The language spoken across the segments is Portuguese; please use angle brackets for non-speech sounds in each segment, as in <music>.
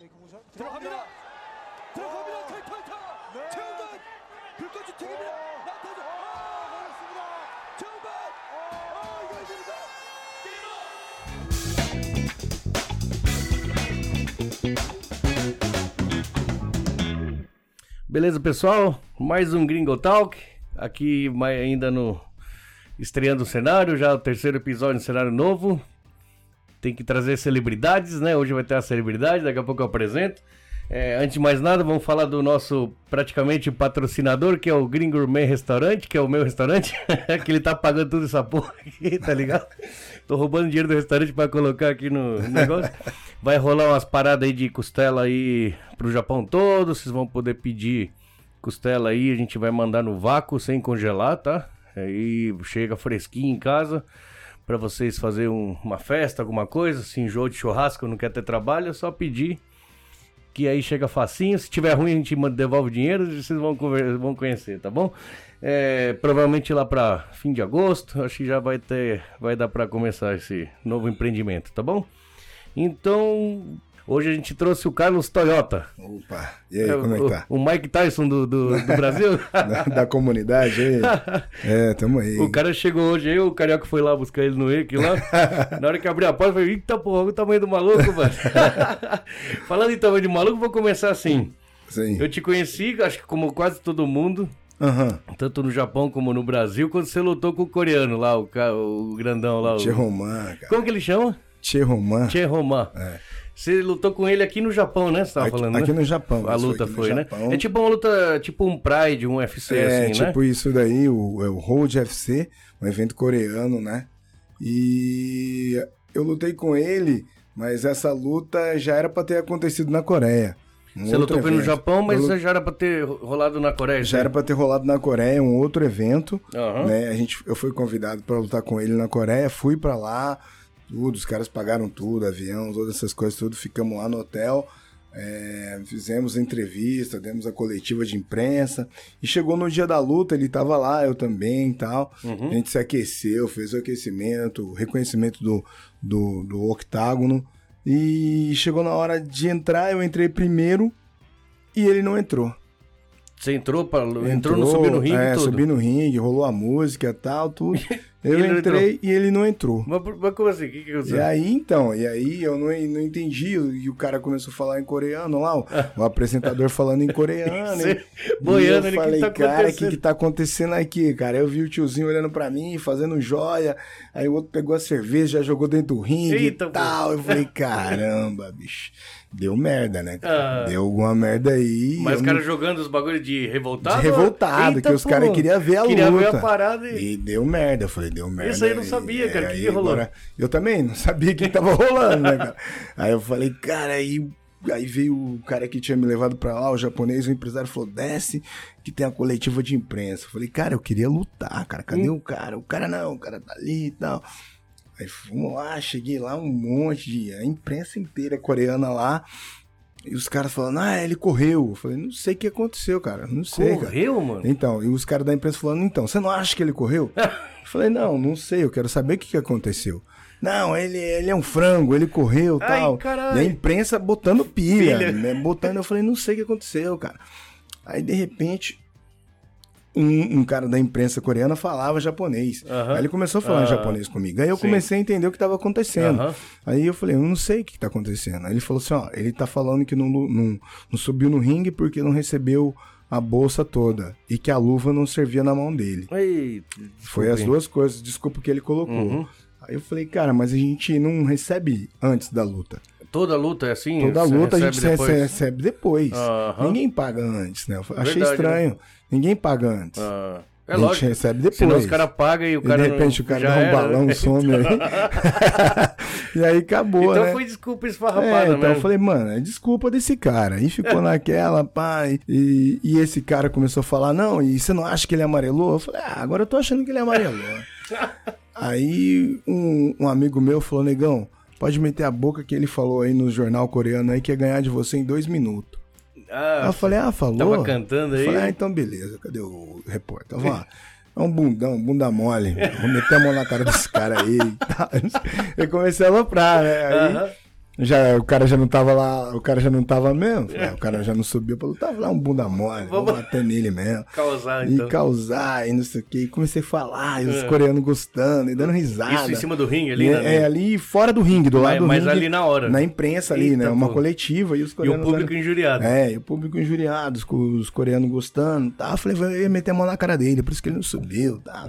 네, 공구샷 들어갑니다. 들어갑니다. 어. 타이타이타. 네. 최우반 불꽃이 튀깁니다. 어. 나타죠. 아, 그렇습니다. 최우반. 아 이거 이제는 Beleza, pessoal? Mais um Gringo Talk, aqui ma- ainda no estreando o cenário, já o terceiro episódio do cenário novo. Tem que trazer celebridades, né? Hoje vai ter a celebridade, daqui a pouco eu apresento. É, antes de mais nada, vamos falar do nosso praticamente patrocinador, que é o Gringo Gourmet Restaurante, que é o meu restaurante, <laughs> que ele tá pagando tudo essa porra aqui, tá ligado? Tô roubando dinheiro do restaurante pra colocar aqui no negócio. Vai rolar umas paradas aí de costela aí pro Japão todo, vocês vão poder pedir costela aí, a gente vai mandar no vácuo sem congelar, tá? Aí chega fresquinho em casa pra vocês fazer um- uma festa, alguma coisa, se enjoou de churrasco, não quer ter trabalho, é só pedir que aí chega facinho. Se tiver ruim, a gente manda- devolve o dinheiro e vocês vão, conver- vão conhecer, tá bom? É, provavelmente lá pra fim de agosto, acho que já vai ter, vai dar pra começar esse novo empreendimento, tá bom? Então, hoje a gente trouxe o Carlos Toyota. Opa, e aí, É, como é que o, tá? o Mike Tyson do, do- do <laughs> Brasil. Da, da <laughs> comunidade aí? É, tamo aí. O cara chegou hoje aí, o carioca foi lá buscar ele no EIC lá. Na hora que abriu a porta, eu falei, eita porra, olha o tamanho do maluco, <laughs> mano. Falando em tamanho de maluco, vou começar assim. Sim. Eu te conheci, acho que como quase todo mundo, Aham. tanto no Japão como no Brasil, quando você lutou com o coreano lá, o, ca- o grandão lá. O... Tchê Roman, cara. Como que ele chama? Tchê Roman. Che Roman. Você lutou com ele aqui no Japão, né? Você tava É. Aqui- falando, aqui né? no Japão, A isso, luta aqui no foi, né? Japão. É tipo uma luta, tipo um Pride, um UFC, É, assim, tipo né? isso daí, o, é o Road FC, um evento coreano, né? E eu lutei com ele, mas essa luta já era pra ter acontecido na Coreia. Um Você outro lutou com ele no evento. Japão, mas Eu lu- já era pra ter ro- rolado na Coreia. Já era né? pra ter rolado na Coreia um outro evento, Aham. né? A gente, eu fui convidado pra lutar com ele na Coreia, fui pra lá, tudo, os caras pagaram tudo, avião, todas essas coisas, tudo, ficamos lá no hotel, é, fizemos entrevista, demos a coletiva de imprensa, e chegou no dia da luta, ele tava lá, eu também e tal, Uhum. a gente se aqueceu, fez o aquecimento, o reconhecimento do, do, do octágono, e chegou na hora de entrar, eu entrei primeiro, e ele não entrou Você entrou, pra... entrou, no subir no ringue e é, tudo. <laughs> subi no ringue, rolou a música e tal, tudo. Eu Ele não entrei e ele não entrou. Mas, por- mas como assim? O que, que E aconteceu? aí, então, e aí eu não, não entendi, e o cara começou a falar em coreano lá, <laughs> o, o apresentador falando em coreano. Você e- boiando, e eu ele, "Que falei, tá cara, o que, que acontecendo?" tá acontecendo aqui, cara? Eu vi o tiozinho olhando pra mim, fazendo joia, aí o outro pegou a cerveja, já jogou dentro do ringue Eita, e tal. Eu falei, caramba, bicho, deu merda, né? cara? Ah. Deu alguma merda aí. Mas os eu não- caras jogando os bagulhos de revoltado? de revoltado, Tá Eita, que os pô. caras queriam ver a Queria luta. ver a parada e... E deu merda, eu falei, deu merda. Isso aí eu não e- sabia, cara, o que aí que rolou? eu também não sabia o que que <laughs> tava rolando, né, cara? Aí eu falei, cara, aí, aí veio o cara que tinha me levado pra lá, o japonês, o empresário falou, desce que tem a coletiva de imprensa. Eu falei, cara, eu queria lutar, cara, cadê Hum. o cara? O cara não, o cara tá ali e tal. Aí fomos lá, cheguei lá, um monte de. A imprensa inteira coreana lá. E os caras falando, ah, ele correu. Eu falei, não sei o que aconteceu, cara. Não sei, cara. Correu, mano? Então, e os caras da imprensa falando, então, você não acha que <laughs> ele correu? Eu falei, não, não sei, eu quero saber o que, que aconteceu. Não, ele, ele é um frango, ele correu Ai, tal. caralho. E a imprensa botando pilha, Pilha. né? Botando, eu falei, não sei o que aconteceu, cara. Aí, de repente, um, um cara da imprensa coreana falava japonês. Aham. Aí ele começou a falar Ah. japonês comigo. Aí eu Sim. comecei a entender o que estava acontecendo. Aham. Aí eu falei, eu não sei o que tá acontecendo. Aí ele falou assim, ó, ele tá falando que não, lu- não- não subiu no ringue porque não recebeu a bolsa toda e que a luva não servia na mão dele. Eita, Foi as duas coisas, desculpa que ele colocou. Uhum. Aí eu falei, cara, mas a gente não recebe antes da luta. toda luta é assim? Toda Você luta a recebe gente se- depois? se- recebe depois. Aham. Ninguém paga antes, né? Eu achei Verdade, estranho. Ninguém paga antes. Ah, a É gente lógico. recebe depois. Senão os caras pagam e o E cara de repente não- o cara já dá um era, <laughs> balão, né? some aí. <laughs> e aí acabou, Então né? foi desculpa É, esfarrapada, então eu mesmo. falei, mano, é desculpa desse cara. <laughs> E ficou naquela, pai. E, e esse cara começou a falar, não, e você não acha que ele amarelou? Eu falei, ah, agora eu tô achando que <laughs> ele amarelou. aí um, um amigo meu falou, negão, pode meter a boca que ele falou aí no jornal coreano aí que ia ganhar de você em dois minutos. Aí Ah, eu falei, ah, falou. tava cantando aí. Eu falei, ah, então beleza, cadê o repórter? Eu falei, ah, é um bundão, bunda mole. Vou meter a mão na cara desse cara aí. e tal. Eu comecei a aloprar, né? Aí, aham. Já, o cara já não tava lá, o cara já não tava mesmo. Falei, ah, O cara já não subiu pra lutar, lá um bunda mole, vamos Vamos- bater nele mesmo. Causar, E então. É. causar, e não sei o que. E comecei a falar, e os coreanos gostando, e dando risada. Isso em cima do ringue ali, E- né? É, ali fora do ringue, do Mas- lado do mas ringue, ali na hora. Na imprensa ali, Eita, né? Uma pô. coletiva, e os E coreanos... o público dando- injuriado. É, e o público injuriado, os co- os coreanos gostando, tá? Eu falei, eu ia meter a mão na cara dele, por isso que ele não subiu, tá?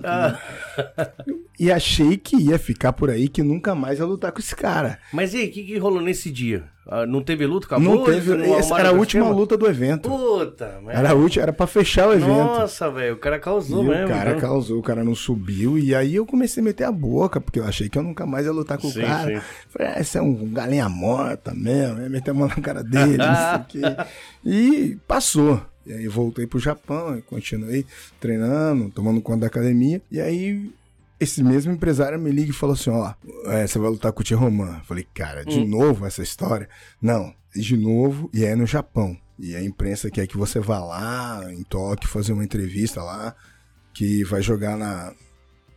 <laughs> E achei que ia ficar por aí, que nunca mais ia lutar com esse cara. Mas e aí, o que, que rolou nesse dia? Ah, não teve luta? Acabou? Não teve. Eles Essa arrumaram era a pra última cima? luta do evento. Puta, merda. Era a última, era pra fechar o evento. Nossa, velho, o cara E causou mesmo. o cara então. causou, o cara não subiu, e aí eu comecei a meter a boca, porque eu achei que eu nunca mais ia lutar com Sim, o cara. sim. Falei, ah, esse é um galinha morta mesmo, ia meter a mão na cara <laughs> dele, não sei o quê. E passou. E aí voltei pro Japão e continuei treinando, tomando conta da academia. E aí esse mesmo empresário me liga e falou assim: ó, é, você vai lutar com o Tia Roman. Eu falei, cara, Hum. de novo essa história? Não, de novo, e é no Japão. E a imprensa quer que você vá lá em Tóquio fazer uma entrevista lá, que vai jogar na,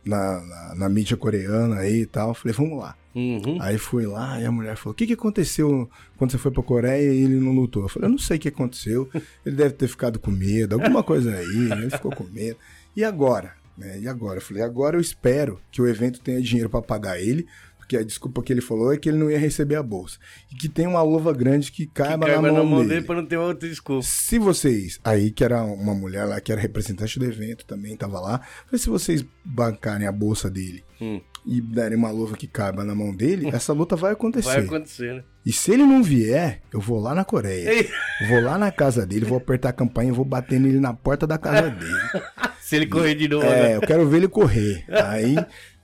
na, na, na mídia coreana aí e tal. Eu falei, vamos lá. Uhum. Aí fui lá e a mulher falou: O que, que aconteceu quando você foi pra Coreia e ele não lutou? Eu falei: Eu não sei o que aconteceu. Ele deve ter ficado com medo, alguma coisa aí. né? Ele ficou com medo. E agora? né? E agora? Eu falei: Agora eu espero que o evento tenha dinheiro pra pagar ele. Porque a desculpa que ele falou é que ele não ia receber a bolsa. E que tem uma luva grande que caiba, Caiba na, mão dele. pra não ter outra desculpa. Se vocês. Aí que era uma mulher lá que era representante do evento também, tava lá. Mas se vocês bancarem a bolsa dele Hum. e darem uma luva que caiba na mão dele, essa luta vai acontecer. Vai acontecer, <laughs> né? E se ele não vier, eu vou lá na Coreia. Ei. Vou lá na casa dele, vou apertar a campainha e vou bater nele na porta da <laughs> casa dele. Se ele correr de novo, né? É, eu quero ver ele correr. Aí,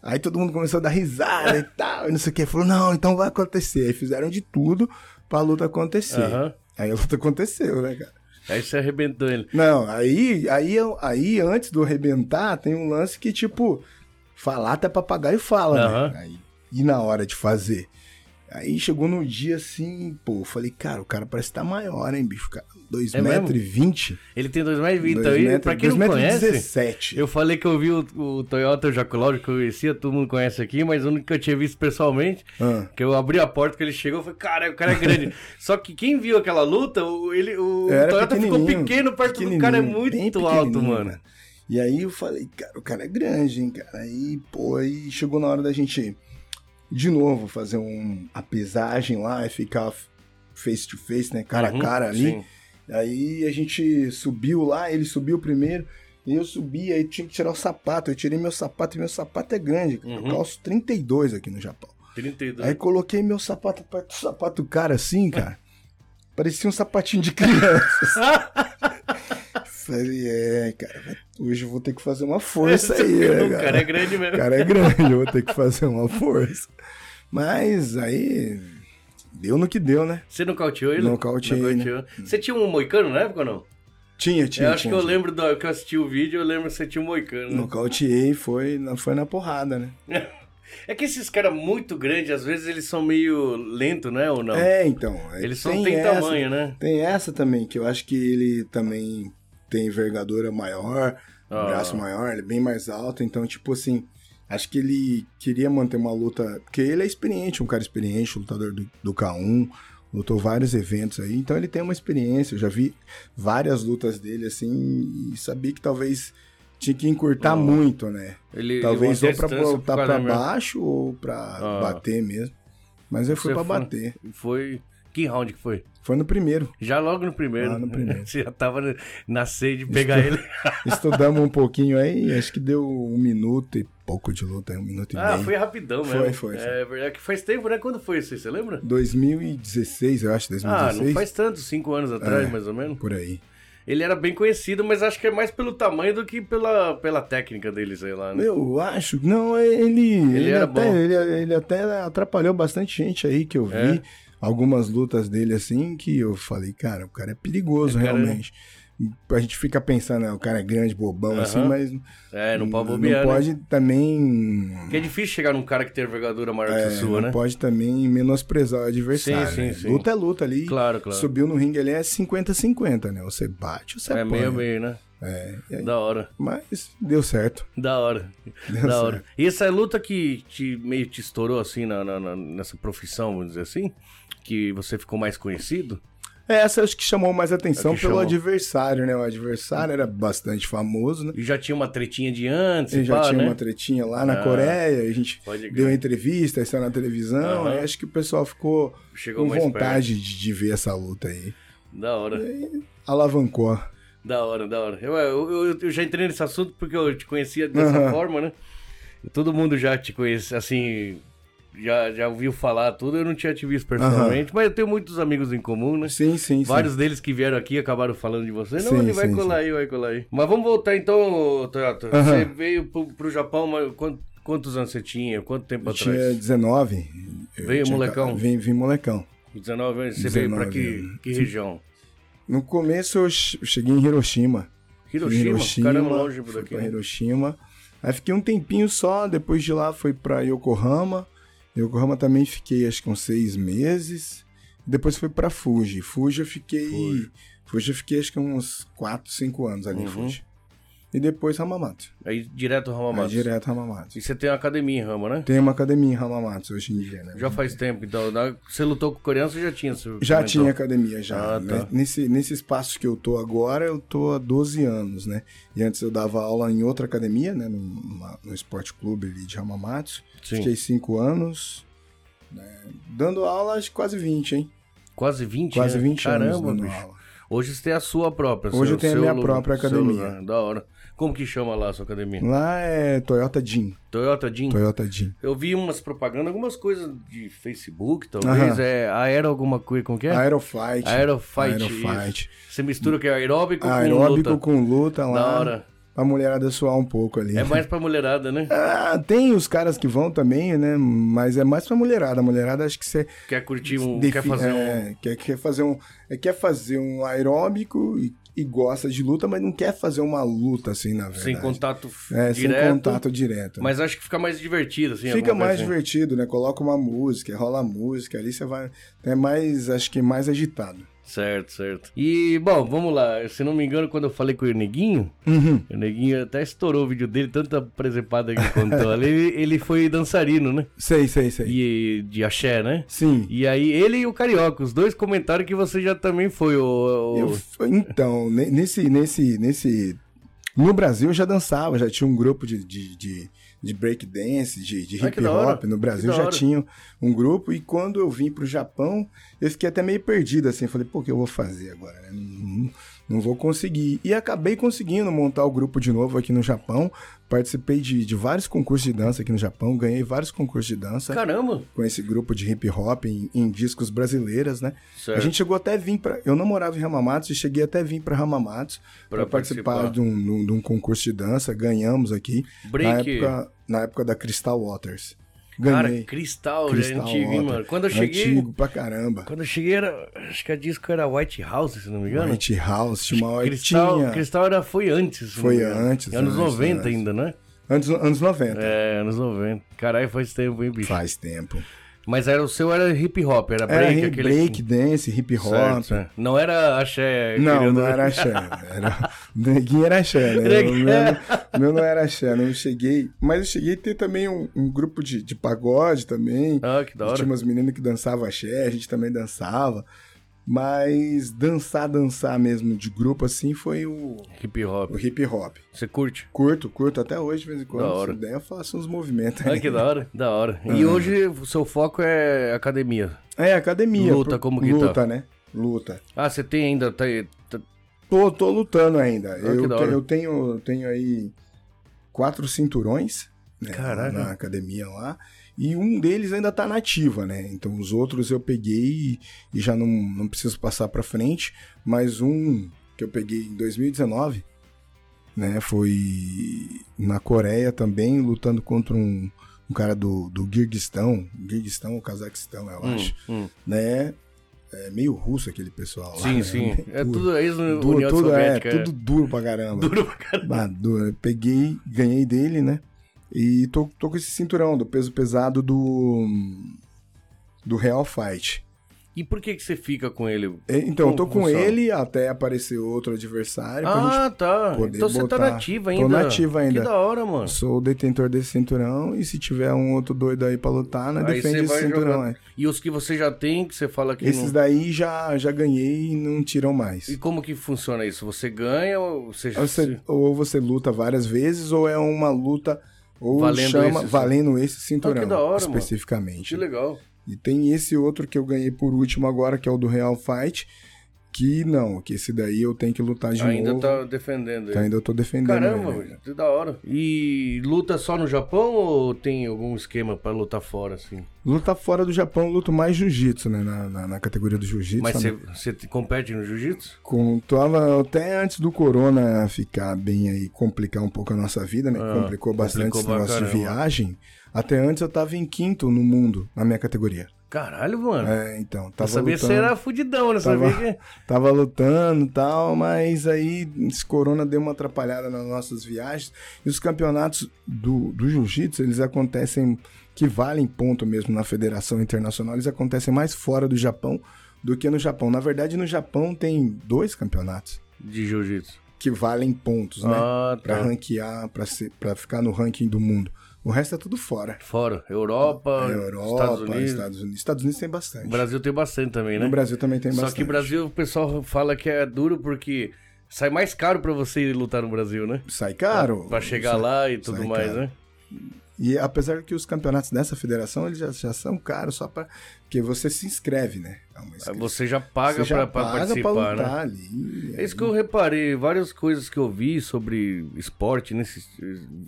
aí todo mundo começou a dar risada e tal, e não sei o que. Falou, não, então vai acontecer. Aí fizeram de tudo pra luta acontecer. Aham. Aí a luta aconteceu, né, cara? Aí você arrebentou ele. Não, aí, aí, eu- aí antes do arrebentar, tem um lance que, tipo, falar até papagaio fala, Aham. né? Aí, e na hora de fazer? Aí chegou no dia assim, pô, eu falei, cara, o cara parece que tá maior, hein, bicho, cara? 2,20 É metros e 20. Ele tem 2 metros então, e 20 aí. Pra quem não conhece, 17. eu falei que eu vi o, o Toyota Jaculaudio que eu conhecia, todo mundo conhece aqui, mas o único que eu tinha visto pessoalmente, Ah. que eu abri a porta que ele chegou, eu falei, cara, o cara é grande. <laughs> Só que quem viu aquela luta, o, ele, o Eu era Toyota ficou pequenininho, pequeno perto do cara, é pequenininho, bem muito pequenininho, alto, mano. cara. E aí eu falei, cara, o cara é grande, hein, cara. Aí, pô, aí chegou na hora da gente, de novo, fazer um, a pesagem lá e ficar face to face, né, cara Uhum, a cara ali. sim. Aí a gente subiu lá, ele subiu primeiro, e eu subi, aí tinha que tirar o sapato. Eu tirei meu sapato, e meu sapato é grande, cara. Uhum. eu calço 32 aqui no Japão. 32. Aí <laughs> coloquei meu sapato perto do sapato do cara assim, cara. Parecia um sapatinho de criança. Falei, é, cara, hoje eu vou ter que fazer <laughs> uma força aí, o né, cara, é grande mesmo. O cara é grande, eu vou ter que fazer uma força. Mas aí deu no que deu, né? Você nocauteou ele? Nocauteei, né? Nocauteou. Você tinha um moicano na época ou não? Tinha, tinha. eu acho tinha, que eu tinha. lembro do, que eu assisti o vídeo, eu lembro que você tinha um moicano. né? Nocauteei, foi na, foi na porrada, né? <laughs> É que esses caras muito grandes, às vezes eles são meio lento, né? Ou não? É, então. aí eles só não têm essa- tamanho, né? Tem essa também, que eu acho que ele também tem envergadura maior, Ah. braço maior, ele é bem mais alto, então, tipo assim, acho que ele queria manter uma luta. Porque ele é experiente, um cara experiente, lutador do, do K1, lutou vários eventos aí, então ele tem uma experiência. Eu já vi várias lutas dele, assim, e sabia que talvez tinha que encurtar Ah. muito, né? Ele, Talvez ele mantém ou pra a distância botar por pra causa da minha- baixo ou pra Ah. bater mesmo. Mas eu fui Você é pra foi- bater. Foi. Que round que foi? Foi no primeiro. Já logo no primeiro. Lá no <laughs> primeiro. Você já tava na sede de <laughs> pegar ele. Estudamos um pouquinho aí, acho que deu um minuto e pouco de luta, um minuto e Ah, meio. foi rapidão Foi, mesmo. foi, foi. É verdade que faz tempo, né? Quando foi isso aí, você lembra? 2016, eu acho, Ah, não 2016. faz tanto, cinco anos atrás, É. mais ou menos. Por aí. Ele era bem conhecido, mas acho que é mais pelo tamanho do que pela, pela técnica dele, sei lá, né? Eu acho. Não, é, ele. Ele, era até, bom. ele, ele até atrapalhou bastante gente aí que eu vi. É? Algumas lutas dele assim, que eu falei, cara, o cara é perigoso É, cara, realmente. A gente fica pensando, né, o cara é grande, bobão, assim, Aham. mas É, não pode não bobear, né? pode também. Porque é difícil chegar num cara que tem envergadura maior que a É, sua, não né? pode também menosprezar o adversário. Sim, sim, né? sim. Luta é luta ali. Claro, claro. Subiu no ringue ali é 50-50, né? Ou Você bate ou você É apanha. meio a meio, né? É, e aí- Da hora, Mas deu certo. da <laughs> hora, da hora. é E essa luta que te, meio te estourou assim na, na- na- nessa profissão, vamos dizer assim, que você ficou mais conhecido? É, Essa acho que chamou mais atenção É que pelo chamou. adversário, né? O adversário era bastante famoso, né? E já tinha uma tretinha de antes, Ele já pá, tinha né? uma tretinha lá na Ah, Coreia, a gente pode crer. deu entrevista, saiu na televisão, Aham. aí acho que o pessoal ficou Chegou com mais vontade de, de ver essa luta aí. Da hora, Alavancou. da hora, da hora. Eu, eu, eu- eu já entrei nesse assunto porque eu te conhecia dessa Aham. forma, né? Todo mundo já te conhece, assim, já, já ouviu falar tudo. Eu não tinha te visto pessoalmente, mas eu tenho muitos amigos em comum, né? Sim, sim, sim. Vários deles que vieram aqui acabaram falando de você. Não, Sim, ele vai sim, colar aí, vai colar aí. Mas vamos voltar então, Toyota. Aham. Você veio pro, pro Japão, mas quant- quantos anos você tinha? Quanto tempo Eu atrás? tinha 19. eu Veio tinha- molecão? Vim, vim molecão. 19 anos. Você veio pra 19 que, anos. que região? No começo eu che- eu cheguei em Hiroshima. Hiroshima? Caramba, longe fui daqui. pra né? Hiroshima. Aí fiquei um tempinho só, depois de lá fui pra Yokohama. Yokohama também fiquei acho que uns seis meses. Depois fui pra Fuji. Fuji eu fiquei. Fuji, eu fiquei acho que uns 4, 5 anos Uhum. ali em Fuji. E depois Hamamatsu. Aí direto ao Aí Hamamatsu. direto Hamamatsu. E você tem uma academia em Rama, né? Tem uma academia em Hamamatsu hoje em dia, né? Já faz tempo, então. Na- Você lutou com o coreano, você já tinha? você Já comentou. tinha academia, já. Ah, né? tá. nesse, nesse espaço que eu tô agora, eu tô há 12 anos, né? E antes eu dava aula em outra academia, né? numa- No esporte clube ali de Hamamatsu. Sim. Fiquei 5 anos. né? Dando aula, acho que quase 20, hein? Quase 20 Quase né? 20 anos Caramba, dando bicho. aula. Hoje você tem a sua própria. Hoje eu tenho a minha lu- própria seu academia. lugar. Da hora. Como que chama lá a sua academia? Lá é Toyota Jean. Toyota Jean? Toyota Jean. Eu vi umas propagandas, algumas coisas de Facebook, talvez. Aham. É aero alguma coisa, como que é? Aerofight. Aerofight. Aerofight. Ah, isso. Você mistura o que é aeróbico, Aeróbico com luta. com luta lá. Da hora. Pra mulherada suar um pouco ali. É mais pra mulherada, né? <laughs> Ah, tem os caras que vão também, né? Mas é mais pra mulherada. A mulherada acho que você Quer curtir um. Defi- Quer fazer um. é, quer, quer fazer um é, quer fazer um aeróbico e, e gosta de luta, mas não quer fazer uma luta assim na verdade. Sem contato f- é, direto. sem contato direto. Mas acho que fica mais divertido, assim. alguma Fica coisa mais assim. divertido, né? Coloca uma música, rola música, ali você vai é mais acho que mais agitado. Certo, certo. E, bom, vamos lá. Se não me engano, quando eu falei com o Neguinho, Uhum. o Neguinho até estourou o vídeo dele, tanta presepada que ele contou ali. <laughs> Ele, ele foi dançarino, né? Sei, sei, sei. E de axé, né? Sim. E aí, ele e o Carioca, os dois comentaram que você já também foi o. Eu f- então, ne- nesse, nesse, nesse. No Brasil eu já dançava, já tinha um grupo de, de, de, de breakdance, de, de Ah, que hip da hop. hora. No Brasil Que da já hora. tinha um grupo. E quando eu vim pro Japão, eu fiquei até meio perdido, assim. Falei, pô, o que eu vou fazer agora? né? Não, não vou conseguir. E acabei conseguindo montar o grupo de novo aqui no Japão. Participei de, de vários concursos de dança aqui no Japão, ganhei vários concursos de dança Caramba! com esse grupo de hip hop em, em discos brasileiras, né? Certo. A gente chegou até a vir para, eu não morava em Ramamatsu e cheguei até a vir para Ramamatsu Pra para participar, participar. De, um, de um- de um concurso de dança, ganhamos aqui na Break. época, na época da Crystal Waters. Cara, Ganhei. cristal, já Crystal antigo, hein, Waters. mano. Quando eu cheguei. antigo pra caramba. Quando eu cheguei, era. Acho que a disco era White House, se não me engano. White House, tinha uma hora que Cristal, tinha. cristal era, foi antes. se não Foi me engano. É antes, Anos antes, 90 antes. ainda, né? Anos, anos 90. É, anos 90. Caralho, faz tempo, hein, bicho? Faz tempo. Mas era o seu era hip hop, era Era break, break, aquele. assim. break dance, hip hop. Certo, certo. Não era axé. Não, querido, não né? era axé. Era... <laughs> Neguinho era axé, né? O Neguinho. meu, o meu não era axé, não cheguei. Mas eu cheguei a ter também um, um grupo de, de pagode também. Ah, que da hora. Tinha umas meninas que dançavam axé, a gente também dançava. Mas dançar, dançar mesmo de grupo assim foi o, Hip hop. o hip hop. Você curte? Curto, curto até hoje, de vez em Da quando. hora. Se der, eu faço uns movimentos. Ah, que da hora. Da hora. Uhum. E hoje o seu foco é academia. É, academia. Luta, pro- como que tá? Luta, né? Luta. Ah, você tem ainda. Tá, tá- Tô, tô lutando ainda. Ah, que eu, da te- hora. eu tenho, eu tenho aí quatro cinturões né, Caralho. na academia lá. E um deles ainda tá nativa, né? Então os outros eu peguei e, e já não, não preciso passar pra frente. Mas um que eu peguei em 2019, né? Foi na Coreia também, lutando contra um, um cara do, do Kirguistão. Kirguistão ou Cazaquistão, eu Hum, acho. hum. Né? É meio russo aquele pessoal lá. Sim, né? sim. É Puro- tudo Duro, ex-União tudo, é, Soviética. tudo <laughs> duro pra caramba. Duro pra caramba. Ah, duro. Eu Peguei, ganhei dele, né? E tô, tô com esse cinturão do peso pesado do. Do Real Fight. <laughs> E por que, que você fica com ele? E- Então, eu tô Como com funciona? ele até aparecer outro adversário. pra gente Ah, tá. poder Então você tá botar. nativa Tô ainda. nativa ainda. Que da hora, mano. Sou o detentor desse cinturão e se tiver um outro doido aí pra lutar, né, Aí defende você esse vai cinturão jogar- aí. E os que você já tem, que você fala que Esses não... daí já, já ganhei e não tiram mais. E como que funciona isso? Você ganha ou você... Ou você, ou você luta várias vezes, ou é uma luta, ou Valendo chama esse- valendo esse Ah, cinturão que da hora, mano. especificamente. Que legal. E tem esse outro que eu ganhei por último agora, que é o do Real Fight, que não, que esse daí eu tenho que lutar de ainda novo. tá defendendo Então ele. ainda eu tô defendendo Caramba, ele. velho, que da hora. né? E luta só no Japão ou tem algum esquema pra lutar fora, assim? Luta fora do Japão, eu luto mais jiu-jitsu, né? Na, na- na categoria do jiu-jitsu. Mas né? você- você te- compete no jiu-jitsu? Com, tava até antes do corona ficar bem aí, complicar um pouco a nossa vida, né? Ah, complicou bastante complicou pra esse negócio de caramba. viagem. Até antes eu tava em quinto no mundo, na minha categoria. Caralho, mano. É, então, eu tava sabia que lutando, você era fudidão, né? Tava- Sabia que... <laughs> tava lutando e tal, mas aí esse corona deu uma atrapalhada nas nossas viagens. E os campeonatos do, do jiu-jitsu, eles acontecem, que valem ponto mesmo na Federação Internacional, eles acontecem mais fora do Japão do que no Japão. Na verdade, no Japão tem dois campeonatos. De jiu-jitsu. que valem pontos, né? Ah, Pra tá. ranquear, pra, ser, pra ficar no ranking do mundo. O resto é tudo fora. Fora. Europa, É Europa, Ah, Estados Unidos. Estados Unidos. Estados Unidos tem bastante. O Brasil tem bastante também, né? No Brasil também tem bastante. Só que o Brasil, o pessoal fala que é duro porque sai mais caro pra você ir lutar no Brasil, né? Sai caro. Pra chegar Sai- lá e tudo sai mais, é, caro. né? E apesar que os campeonatos dessa federação, eles já, já são caros só pra... Porque você se inscreve, né? É uma Aí inscrição. Você já paga Você já pra, pra paga pra participar, lutar né? ali. É isso que eu reparei, várias coisas que eu vi sobre esporte, nesse,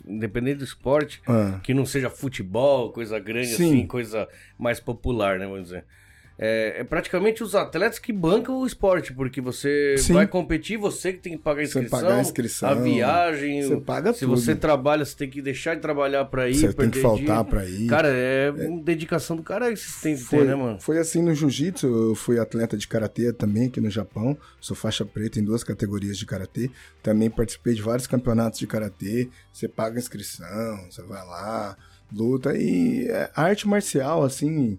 independente do esporte, Ah. que não seja futebol, coisa grande Sim. assim, coisa mais popular, né, vamos dizer. É, é praticamente os atletas que bancam o esporte, porque você Sim. vai competir, você que tem que pagar a Você inscrição, paga a inscrição, a viagem. você o- paga se tudo. você trabalha, você tem que deixar de trabalhar pra ir. Você tem perder que faltar dia. pra ir. Cara, é, uma dedicação do cara que tem que ter, Foi, né, mano? foi assim no jiu-jitsu, eu fui atleta de karatê também aqui no Japão, sou faixa preta em duas categorias de karatê, também participei de vários campeonatos de karatê, você paga inscrição, você vai lá, luta e é, a arte marcial assim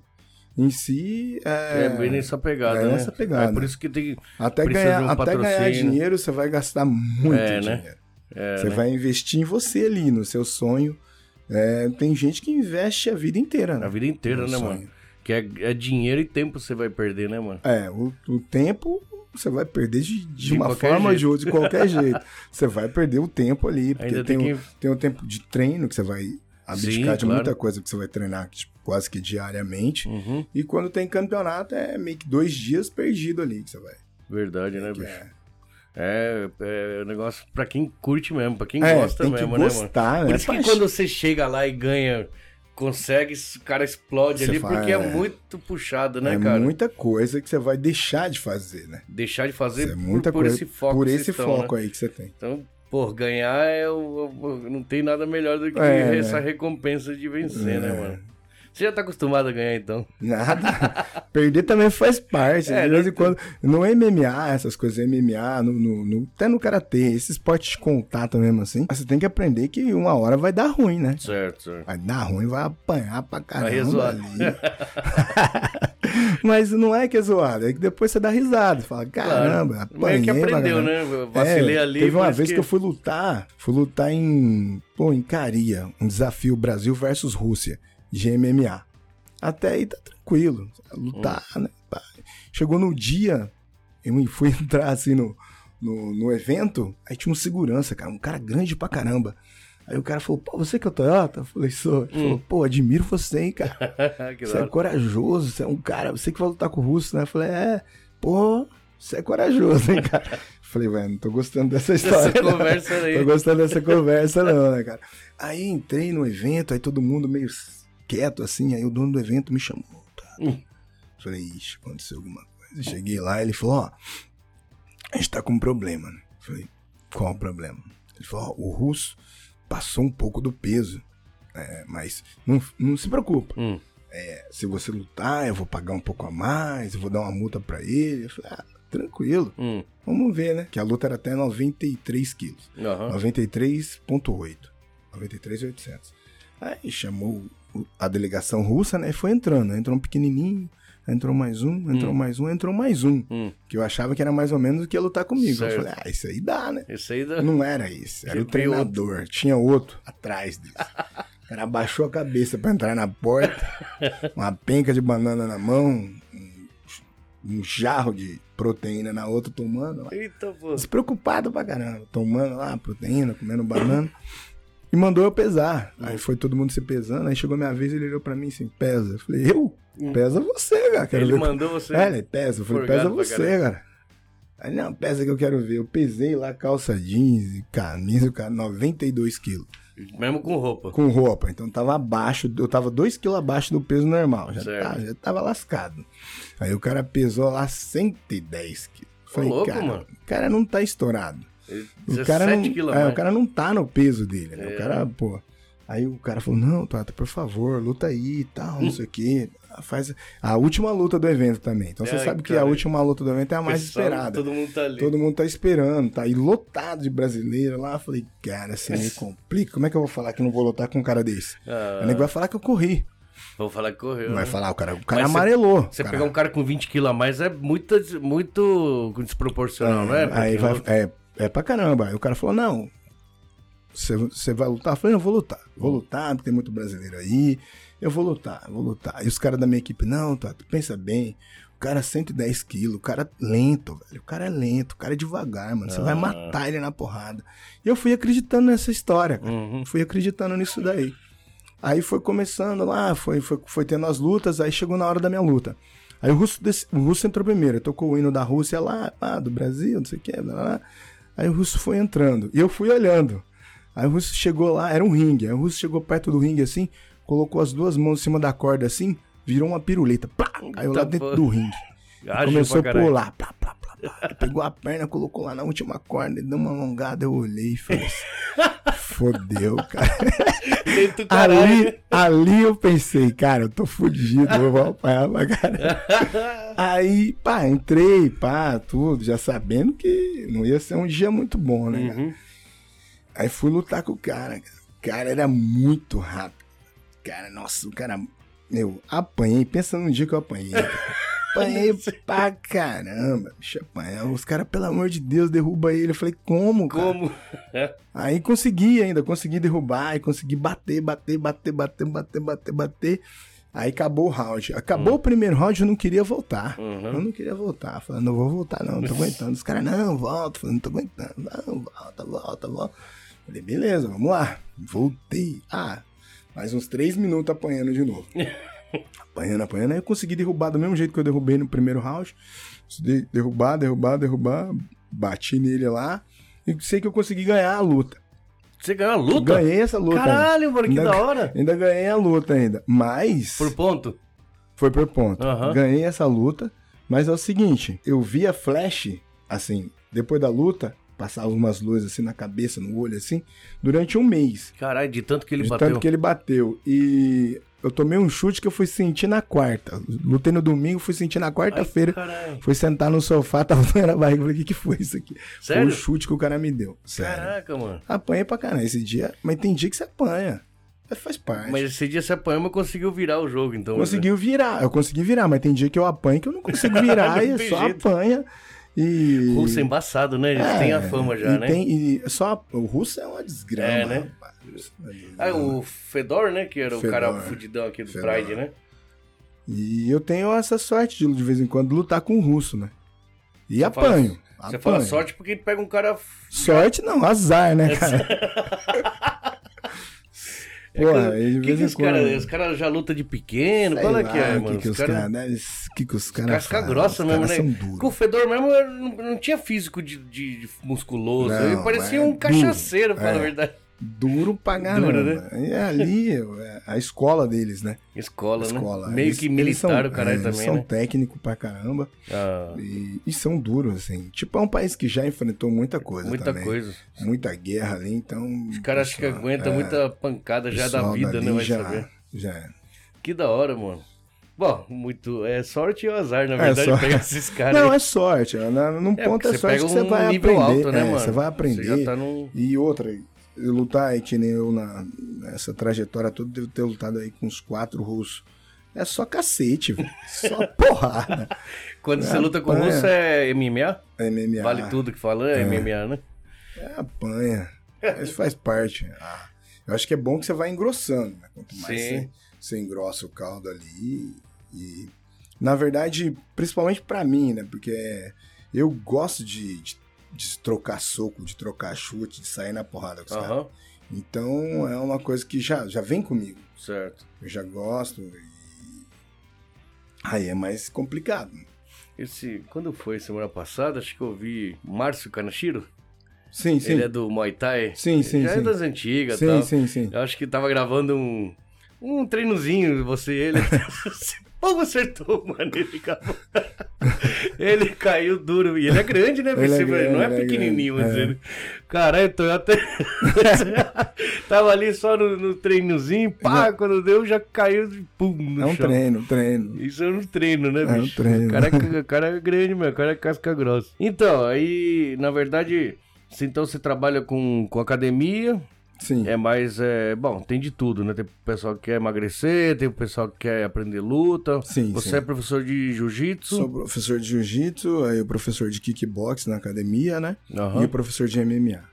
em si é, É, bem nessa pegada, é né? nessa pegada. É por isso que tem até precisa de ganhar, um até ganhar patrocínio. dinheiro você vai gastar muito É, né? dinheiro. você vai investir em você ali, no seu sonho. É, tem gente que investe a vida inteira, né? A vida inteira, No né, sonho. mano? Que é, é dinheiro e tempo você vai perder, né, mano? É, o, o tempo você vai perder de, de De uma qualquer forma ou de jeito. outra, de <laughs> qualquer jeito. Você vai perder o tempo ali, porque Ainda tem, tem o, que- tem o tempo de treino que você vai abdicar Sim, de claro. muita coisa que você vai treinar tipo, quase que diariamente. Uhum. E quando tem campeonato, é meio que dois dias perdido ali que você vai. Verdade, né, que bicho? é. É, é um negócio pra quem curte mesmo, pra quem É, gosta tem que mesmo, né, mano? gostar, né? Por isso que Paixão. quando você chega lá e ganha, consegue, o cara explode Você ali, faz, porque é é. muito puxado, né, É cara? muita coisa que você vai deixar de fazer, né? Deixar de fazer Isso é por- muita por, coisa. esse foco. por que esse vocês estão, foco é. né? aí que você tem. Então, pô, ganhar é o- o- o- não tem nada melhor do que É, né? essa recompensa de vencer, né, É. mano? Você já tá acostumado a ganhar, então. Nada. <laughs> Perder também faz parte. É, de vez né? em quando. é No MMA, essas coisas, MMA, no, no- no- até no karatê, esse esporte de contato mesmo assim. Você tem que aprender que uma hora vai dar ruim, né? Certo, certo. Vai dar ruim, vai apanhar pra caramba. Aí é zoado. ali. <laughs> Mas não é que é zoado, é que depois você dá risada. Fala, caramba, apanhei. Meio que pra aprendeu, caramba." né? Eu Vacilei É, ali. Teve por uma isso vez que... <laughs> eu fui lutar, fui lutar em, pô, em Caria, um desafio Brasil versus Rússia, de MMA. Até aí tá tranquilo, lutar, né? pá. Chegou no dia, eu fui <laughs> entrar assim no, no, no evento, aí tinha um segurança, cara, um cara grande pra caramba. Aí o cara falou, pô, você que é o Toyota? Eu falei, sou. Hum. Ele falou, pô, admiro você, hein, cara. que da Você é hora. corajoso, você é um cara, você que vai lutar com o russo, né? Eu falei, é, pô, você é corajoso, hein, cara? <laughs> Eu falei, velho, não tô gostando dessa história. <laughs> Essa não. conversa aí. Tô gostando dessa conversa, não, né, cara? Aí entrei no evento, aí todo mundo meio quieto, assim, aí o dono do evento me chamou. Tá? Hum. Falei, ixi, aconteceu alguma coisa. Cheguei lá, ele falou, ó, a gente tá com um problema, né? Eu Falei, qual o problema? Ele falou, ó, o russo passou um pouco do peso, né? mas não, não se preocupa É, Hum. se você lutar, eu vou pagar um pouco a mais, eu vou dar uma multa pra ele. Eu falei, ah, tranquilo, Hum. vamos ver, né? Que a luta era até 93 quilos. Aham. 93.8. 93.800. Aí chamou o- a delegação russa, né? E foi entrando, né? entrou um pequenininho. Entrou mais um, entrou mais um, entrou mais um. Hum. Que eu achava que era mais ou menos o que ia lutar comigo. Certo. Eu falei, ah, isso aí dá, né? Esse aí da... Não era isso, era Tinha o treinador. Tinha outro atrás dele. O cara abaixou a cabeça pra entrar na porta, <laughs> uma penca de banana na mão, um- um jarro de proteína na outra tomando. lá. Eita, pô. Despreocupado pra caramba, tomando lá proteína, comendo banana. E mandou eu pesar. Aí foi todo mundo se pesando. Aí chegou minha vez, ele olhou pra mim assim, pesa. Eu falei, eu? Pesa você, cara. Quero Hum. Ele ver- mandou você. é, ele pesa. Eu falei, Forgado pesa pra você, cara. Aí, não, pesa que eu quero ver. Eu pesei lá calça jeans e camisa, cara, 92 quilos. Mesmo com roupa. Com roupa. Então tava abaixo, eu tava 2 quilos abaixo do peso normal. Já, Certo. tá- já tava lascado. Aí o cara pesou lá 110 quilos. Eu Falei, louco, cara, mano. o cara não tá estourado. O 17 cara, não, quilos a é, mais. o cara não tá no peso dele, né? É. O cara, pô. Aí o cara falou: não, Tata, por favor, luta aí e tal, não sei o quê. Ah, Faz a última luta do evento também. Então Ai, você sabe que É, cara. a última luta do evento é a mais Pessoal, esperada. Todo... Todo mundo tá ali. mundo tá esperando, tá aí lotado de brasileiro lá. Eu Falei, cara, você me complica. Como é que eu vou falar que eu não vou lutar com um cara desse? Ah. O nego vai falar que eu corri. Vou falar que correu. Vai né? falar, o cara, o cara Mas você- amarelou. Você o cara- pegar um cara com 20 quilos a mais é muito, muito desproporcional, não é? Pra Aí quem vai, luta. é, é pra caramba. Aí o cara falou, não, você- você vai lutar? Eu falei, não, eu vou lutar. Vou lutar, porque tem muito brasileiro aí. Eu vou lutar, eu vou lutar. E os caras da minha equipe, não, Tato, pensa bem. O cara é 110 quilos, o cara é lento, velho. O cara é lento, o cara é devagar, mano. Ah. Você vai matar ele na porrada. E eu fui acreditando nessa história, cara. Uhum. Fui acreditando nisso daí. Aí foi começando lá, foi, foi, foi tendo as lutas, aí chegou na hora da minha luta. Aí o russo, desse- o russo entrou primeiro, tocou o hino da Rússia lá, pá, do Brasil, não sei o que, lá, lá. Aí o russo foi entrando, e eu fui olhando. Aí o russo chegou lá, era um ringue, aí o russo chegou perto do ringue assim, colocou as duas mãos em cima da corda assim, virou uma piruleta, plá, caiu lá Eita, pô. dentro do ringue. Ágil Começou pra a caralho. pular, plá, plá, plá, plá. pegou a perna, colocou lá na última corda, deu uma alongada, eu olhei e falei <laughs> assim, fodeu, cara. Dentro do caralho. Ali, ali eu pensei, cara, eu tô fudido, eu vou apanhar pra caralho. Aí, pá, entrei, pá, tudo, já sabendo que não ia ser um dia muito bom, né? cara? Aí fui lutar com o cara, cara. O cara era muito rápido. Cara, nossa, o cara. Meu, apanhei, pensa num dia que eu apanhei. cara. Apanhei pra caramba, bicho, apanhar. Os caras, pelo amor de Deus, derruba ele. Eu falei, como, cara? Como? Aí consegui ainda, consegui derrubar, e consegui bater, bater, bater, bater, bater, bater, bater. Aí acabou o round. Acabou o primeiro round, eu não queria voltar. Eu não queria voltar. Falando, não vou voltar, não, não tô aguentando. Os caras, não, volta. Falando, não tô aguentando. "Ah, Não, volta, volta, volta. Falei, beleza, vamos lá. Voltei. Ah, mais uns três minutos apanhando de novo. apanhando, apanhando. Aí eu consegui derrubar do mesmo jeito que eu derrubei no primeiro round. De- Derrubar, derrubar, derrubar. Bati nele lá. E sei que eu consegui ganhar a luta. Você ganhou a luta? Ganhei essa luta. Caralho, mano, que Ainda- da hora. Ainda ganhei a luta ainda. Mas. Por ponto? Foi por ponto. Aham. Ganhei essa luta. Mas é o seguinte, eu via flash, assim, depois da luta, passava umas luzes assim na cabeça, no olho, assim, durante um mês. Caralho, de tanto que ele de bateu. tanto que ele bateu. E eu tomei um chute que eu fui sentir na quarta. Lutei no domingo, fui sentir na quarta-feira. Caralho. Fui sentar no sofá, <laughs> tava doendo a barriga. Falei, o que, que foi isso aqui? Sério? Foi um chute que o cara me deu. Sério. Caraca, mano. Apanha pra caralho esse dia, mas tem dia que você apanha. Mas Faz parte. Mas é esse dia você apanhou, mas conseguiu virar o jogo, então. Conseguiu virar, eu consegui virar, mas tem dia que eu apanho que eu não <laughs> consigo virar Não e tem só jeito. apanha. E. O Russo é embaçado, né? Eles É, têm a fama já, e né? tem- e só o russo é uma desgrama. É, né? rapaz. Ah, o Fedor, né? Que era o Fedor. cara fudidão aqui do Fedor. Pride, né? E eu tenho essa sorte de, de vez em quando lutar com o russo, né? E fala- apanho. Você apanho. fala sorte É porque pega um cara. Sorte não, azar, né, cara? <laughs> Porra, É que, aí de que, vez que em os caras. quando- Os caras já luta de pequeno? Sei Qual é lá, que é, o que mano? que os caras- cara- deve- o que que os caras Casca fazem? grossa Os mesmo, caras né? são Com o duros. Fedor mesmo eu não, não tinha físico de, de- de musculoso. Não, ele parecia é um duro, cachaceiro, pra é. falar a verdade. Duro pra caramba. Duro, né? E ali, é a escola deles, né? Escola, Escola. né? Meio Eles- que eles militar são- o caralho é, eles também, são né? técnico pra caramba Ah, e, e são duros, assim. Tipo, é um país que já enfrentou muita coisa muita também. coisa. Muita guerra ali, então... Os caras acham que aguentam muita pancada já da é, pessoal vida, dali né? Vai já, saber. Já é. Que da hora, mano. Bom, muito. É sorte e azar, na É, verdade, sorte. pegar esses caras. Não, aí. é sorte. né? Num É, ponto porque é você sorte pega que você um vai nível aprender. alto, né, é, mano? Você vai Você aprender. já tá num- E outra, é eu lutar aí que nem eu na, nessa trajetória toda, devo ter lutado aí com uns quatro russos. é só cacete, velho. <laughs> Só porrada. Quando você luta com o Apanha. russo é MMA? MMA. Vale tudo que fala, é, MMA, né? É, apanha. Isso faz parte. Ah, eu acho que é bom que você vai engrossando, né? Quanto mais Sim. você, você engrossa o caldo ali. E, na verdade, principalmente pra mim, né? Porque eu gosto de, de, de trocar soco, de trocar chute, de sair na porrada com os caras. Aham, Então, é uma coisa que já, já vem comigo. certo. Eu já gosto e... Aí é mais complicado. Esse, quando foi semana passada, acho que eu vi Márcio Kanashiro. Sim, sim. Ele é do Muay Thai. Sim, sim, Já é sim. das antigas e Sim, tal. É sim, sim. Eu acho que tava gravando um, um treinozinho, você e ele. <laughs> Você Pouco acertou, mano. Ele, acabou- <laughs> ele caiu duro. E ele é grande, né? Ele é Você grande, não é ele é pequenininho, grande, mas ele... Caralho, tô até... <laughs> tava ali só no, no treinozinho, pá, quando deu, já caiu de pum no É um chão. treino, treino. Isso é um treino, né, É um bicho? treino. O cara, é- o cara é grande, meu. O cara é casca grossa. Então, aí, na verdade, se então você trabalha com, com academia, Sim. é mais. É, bom, tem de tudo, né? Tem pessoal que quer emagrecer, tem o pessoal que quer aprender luta. Sim, Você sim. é professor de jiu-jitsu. Sou professor de jiu-jitsu, aí o professor de kickbox na academia, né? Aham. E o professor de MMA.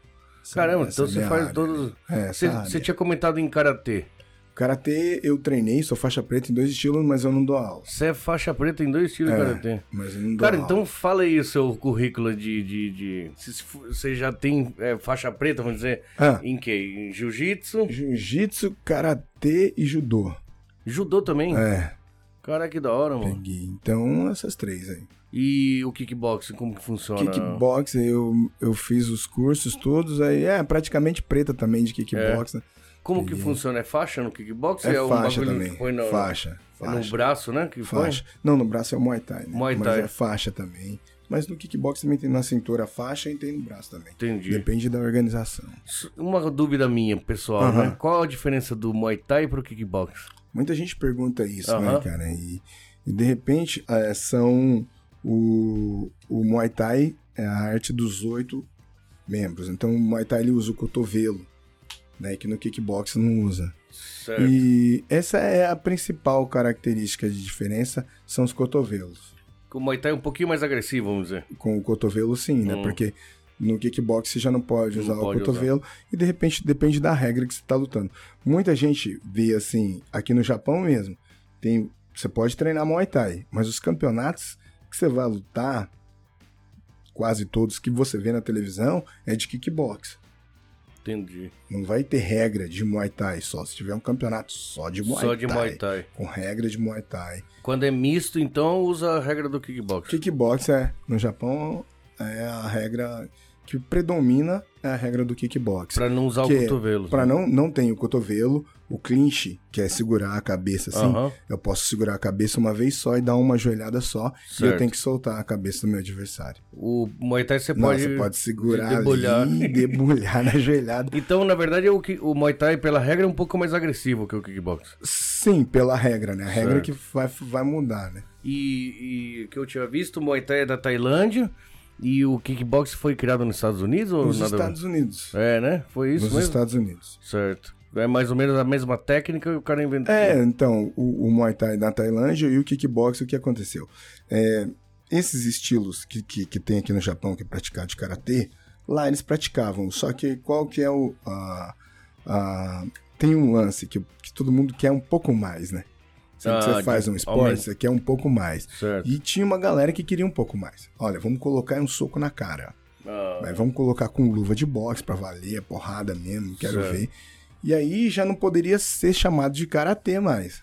Essa- Caramba, essa é então você minha faz área. todos. É, Você, essa área. você tinha comentado em karatê. Karatê eu treinei, sou faixa preta em dois estilos, mas eu não dou aula. É, Você é faixa preta em dois estilos de karatê. Mas eu não dou Cara, aula. então fala aí o seu currículo de. de, de- se- se fu- Você já tem é, faixa preta, vamos dizer, Ah. em que? Em jiu-jitsu? Jiu-jitsu, karatê e judô. Judô também? É, Cara, que da hora, mano. peguei. Então, essas três aí. E o kickboxing, como que funciona? Kickbox, eu, eu fiz os cursos todos, aí é praticamente preta também de kickbox. né? Como que funciona? É faixa no kickboxing? É, um faixa bagulho também. que põe no, faixa, é faixa. no braço, né? Que põe? Faixa. Não, no braço é o Muay Thai, né? Muay Thai. Mas é faixa também. Mas no kickbox também tem na cintura a faixa e tem no braço também. Entendi. Depende da organização. S- Uma dúvida minha, pessoal, Aham. né? Qual a diferença do Muay Thai pro kickboxing? Muita gente pergunta isso, né, Aham. cara? E, e de repente eh, são o, o Muay Thai é a arte dos oito membros. Então o Muay Thai ele usa o cotovelo, né? Que no kickbox não usa. Certo. E essa é a principal característica de diferença, são os cotovelos. O Muay Thai é um pouquinho mais agressivo, vamos dizer. com o cotovelo sim, né? Hum. Porque no kickbox você já não pode Não usar pode o cotovelo e de repente depende da regra que você tá lutando. Muita gente vê assim, aqui no Japão mesmo, tem, você pode treinar Muay Thai, mas os campeonatos que você vai lutar, quase todos que você vê na televisão, é de kickbox. Entendi. Não vai ter regra de Muay Thai só, se tiver um campeonato só de Muay Só Thai. de Muay Thai. Com regra de Muay Thai. Quando é misto, então usa a regra do kickboxing. Kickbox é, no Japão, é a regra que predomina é a regra do kickbox. Pra né? não usar Que o é cotovelo. Pra não não tem o cotovelo, o clinch, que é segurar a cabeça assim. Aham. Eu posso segurar a cabeça uma vez só e dar uma joelhada só, e Certo. eu tenho que soltar a cabeça do meu adversário. O Muay Thai você Não, pode. você pode segurar debulhar. ali e debulhar na joelhada. Então, na verdade, o, ki- o Muay Thai, pela regra, é um pouco mais agressivo que o kickboxing. Sim, pela regra, né? A regra Certo. que vai, vai mudar, né? E, e que eu tinha visto, o Muay Thai é da Tailândia e o kickboxing foi criado nos Estados Unidos ou Nos nada? a ver? Estados Unidos. É, né? Foi isso Nos mesmo? Estados Unidos. Certo. É mais ou menos a mesma técnica e o cara inventou. É, então, o, o Muay Thai na Tailândia e o kickbox, o que aconteceu? É, esses estilos que, que, que tem aqui no Japão, que é praticado de karatê, lá eles praticavam. Só que qual que é o. a- a- tem um lance que, que todo mundo quer um pouco mais, né? Sempre que Ah, você faz de- um esporte, aumenta. você quer um pouco mais. Certo. E tinha uma galera que queria um pouco mais. Olha, vamos colocar um soco na cara. Ah, Mas vamos colocar com luva de boxe pra valer, porrada mesmo, quero Certo. ver. E aí já não poderia ser chamado de karatê mais.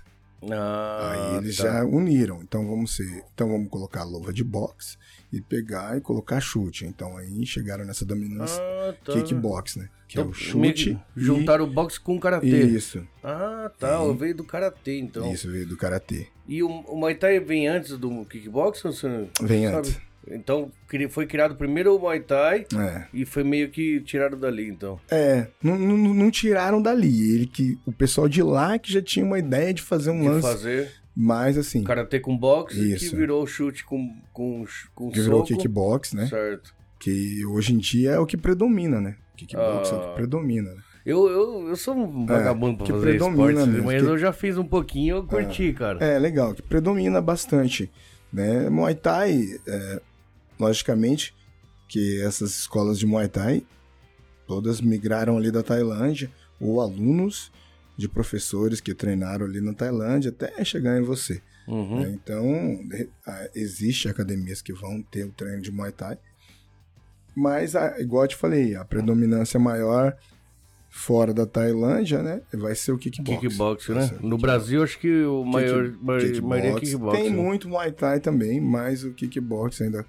ah, aí eles tá. já uniram. Então vamos ser, então vamos colocar luva de boxe e pegar e colocar chute. Então aí chegaram nessa dominância Ah, tá. kickbox, né? Que é Então, o chute meio que Juntaram o boxe com o e, karatê. e isso, Ah, tá. Eu veio do karatê, então. isso veio do karatê. E o, o Muay Thai vem antes do kickboxing? Você Vem sabe? antes. Então cri- foi criado primeiro o Muay Thai É, e foi meio que tirado dali, então. é não, não- não tiraram dali. Ele que o pessoal de lá que já tinha uma ideia de fazer um De lance fazer mais assim, karatê com boxe Isso. que virou chute com, com, ch- com que virou soco. kickbox, né? Certo. Que hoje em dia é o que predomina, né? Kickbox é o Ah. que predomina, né? Eu, eu, eu sou um vagabundo pra que fazer É, predomina esportes, mesmo, mas que- eu já fiz um pouquinho, eu curti, cara. É, legal, que predomina bastante. Né? Muay Thai, é, logicamente, que essas escolas de Muay Thai, todas migraram ali da Tailândia, ou alunos de professores que treinaram ali na Tailândia até chegar em você. Uhum. né? Então, de- a- existe academias que vão ter o treino de Muay Thai, mas, a- igual eu te falei, a predominância maior fora da Tailândia, né? Vai ser o kickbox. Kickbox, Vai né? ser o No Brasil, acho que o maior, Kick- maior, maioria é kickbox. kickbox. Tem né? muito Muay Thai também, mas o kickbox ainda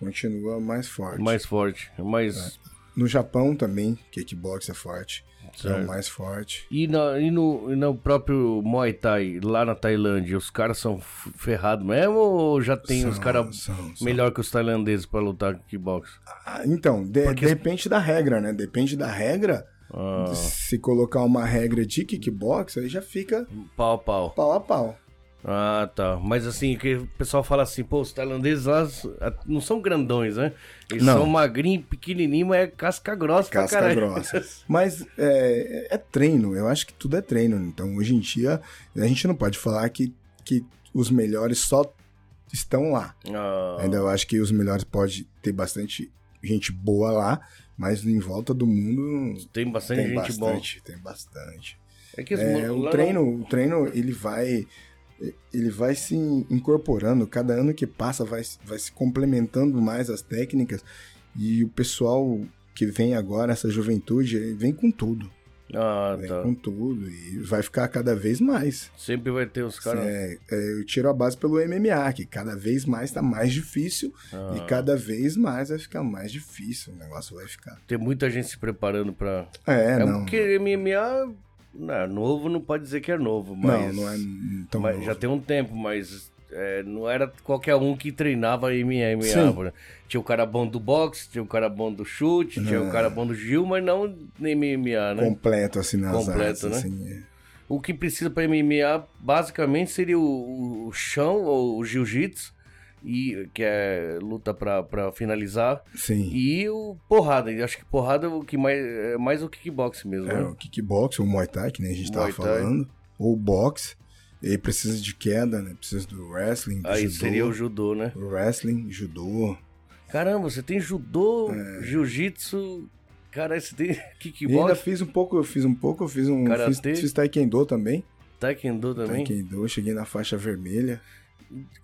continua mais forte. É. Mais forte. Mais... No Japão também, kickbox é forte. É o mais forte. E, na- e no, e no próprio Muay Thai, lá na Tailândia, os caras são f- ferrados mesmo ou já tem os São, caras são, são. melhor que os tailandeses pra lutar kickbox? Ah, então, de- depende da regra, né? Depende da regra. Ah, Se colocar uma regra de kickbox, aí já fica pau, a pau. pau a pau. Ah, tá. Mas assim, que o pessoal fala assim, pô, os tailandeses lá s- a- não são grandões, né? Eles Não. são magrinhos, pequenininhos, mas é casca grossa pra Casca caralho. grossa. Mas é, é treino, eu acho que tudo é treino. Então, hoje em dia, a gente não pode falar que, que os melhores só estão lá. <laughs> Ah, Ainda eu acho que os melhores pode ter bastante gente boa lá, mas em volta do mundo tem bastante tem gente boa. bastante, tem bastante. É que os É, mo- lá o não- treino, o treino ele vai ele vai se incorporando, cada ano que passa vai, vai se complementando mais as técnicas e o pessoal que vem agora, essa juventude, ele vem com tudo, Ah, vem tá. com tudo e vai ficar cada vez mais. Sempre vai ter os caras. É, é, eu tiro a base pelo MMA, que cada vez mais tá mais difícil Ah. e cada vez mais vai ficar mais difícil, o negócio vai ficar. Tem muita gente se preparando pra. É, É, não. porque MMA. Não, novo não pode dizer que é novo, Não, mas. não é n- tão mas novo. Já tem um tempo, mas. é, não era qualquer um que treinava MMA. Sim. por exemplo. né? Tinha o cara bom do boxe, tinha o cara bom do chute, tinha É. o cara bom do Gil, mas não MMA, né? completo assim nas Completo, artes, né? assim, é. O que precisa pra MMA basicamente seria o, o chão ou o jiu-jitsu, e que é luta pra pra finalizar, Sim. e o porrada. E acho que porrada é o que mais, é mais o kickbox mesmo, É, né? o kickbox, o Muay Thai, que nem a gente tava Muay Thai. falando, ou boxe, ele precisa de queda, né? Precisa do wrestling, do Aí judô, seria o judô, né? wrestling, judô. Caramba, você tem judô, jiu-jitsu, cara, você tem <laughs> É. E ainda kickbox, fiz um pouco, eu fiz um pouco, eu fiz um fiz, Karatê. fiz taekwondo também. taekwondo também. Taekwondo, cheguei na faixa vermelha.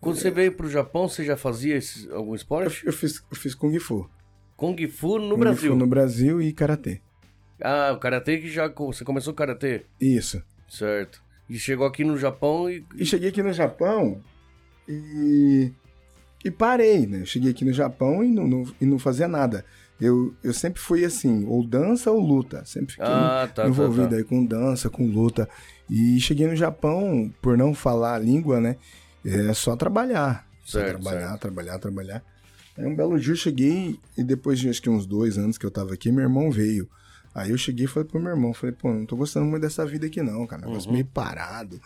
Quando você veio pro Japão, você já fazia esse- algum Eu, esporte? eu fiz, eu fiz kung fu. Kung Fu no Kung Fu Brasil. no Brasil e karatê. Ah, o karatê que já co- você começou o karatê, Isso. certo? E chegou aqui no Japão e E cheguei aqui no Japão e. E parei, né? Eu cheguei aqui no Japão e não, não- e não fazia nada. Eu, eu sempre fui assim, ou dança ou luta. Sempre fiquei Ah, tá, tá, envolvido tá. aí com dança, com luta. E cheguei no Japão, por não falar a língua, né? É só trabalhar. Só Certo, trabalhar, certo. trabalhar, trabalhar. Aí um belo dia eu cheguei e depois de acho que uns dois anos que eu tava aqui, meu irmão veio. Aí eu cheguei e falei pro meu irmão, falei, pô, não tô gostando muito dessa vida aqui não, cara. Negócio Uhum. meio parado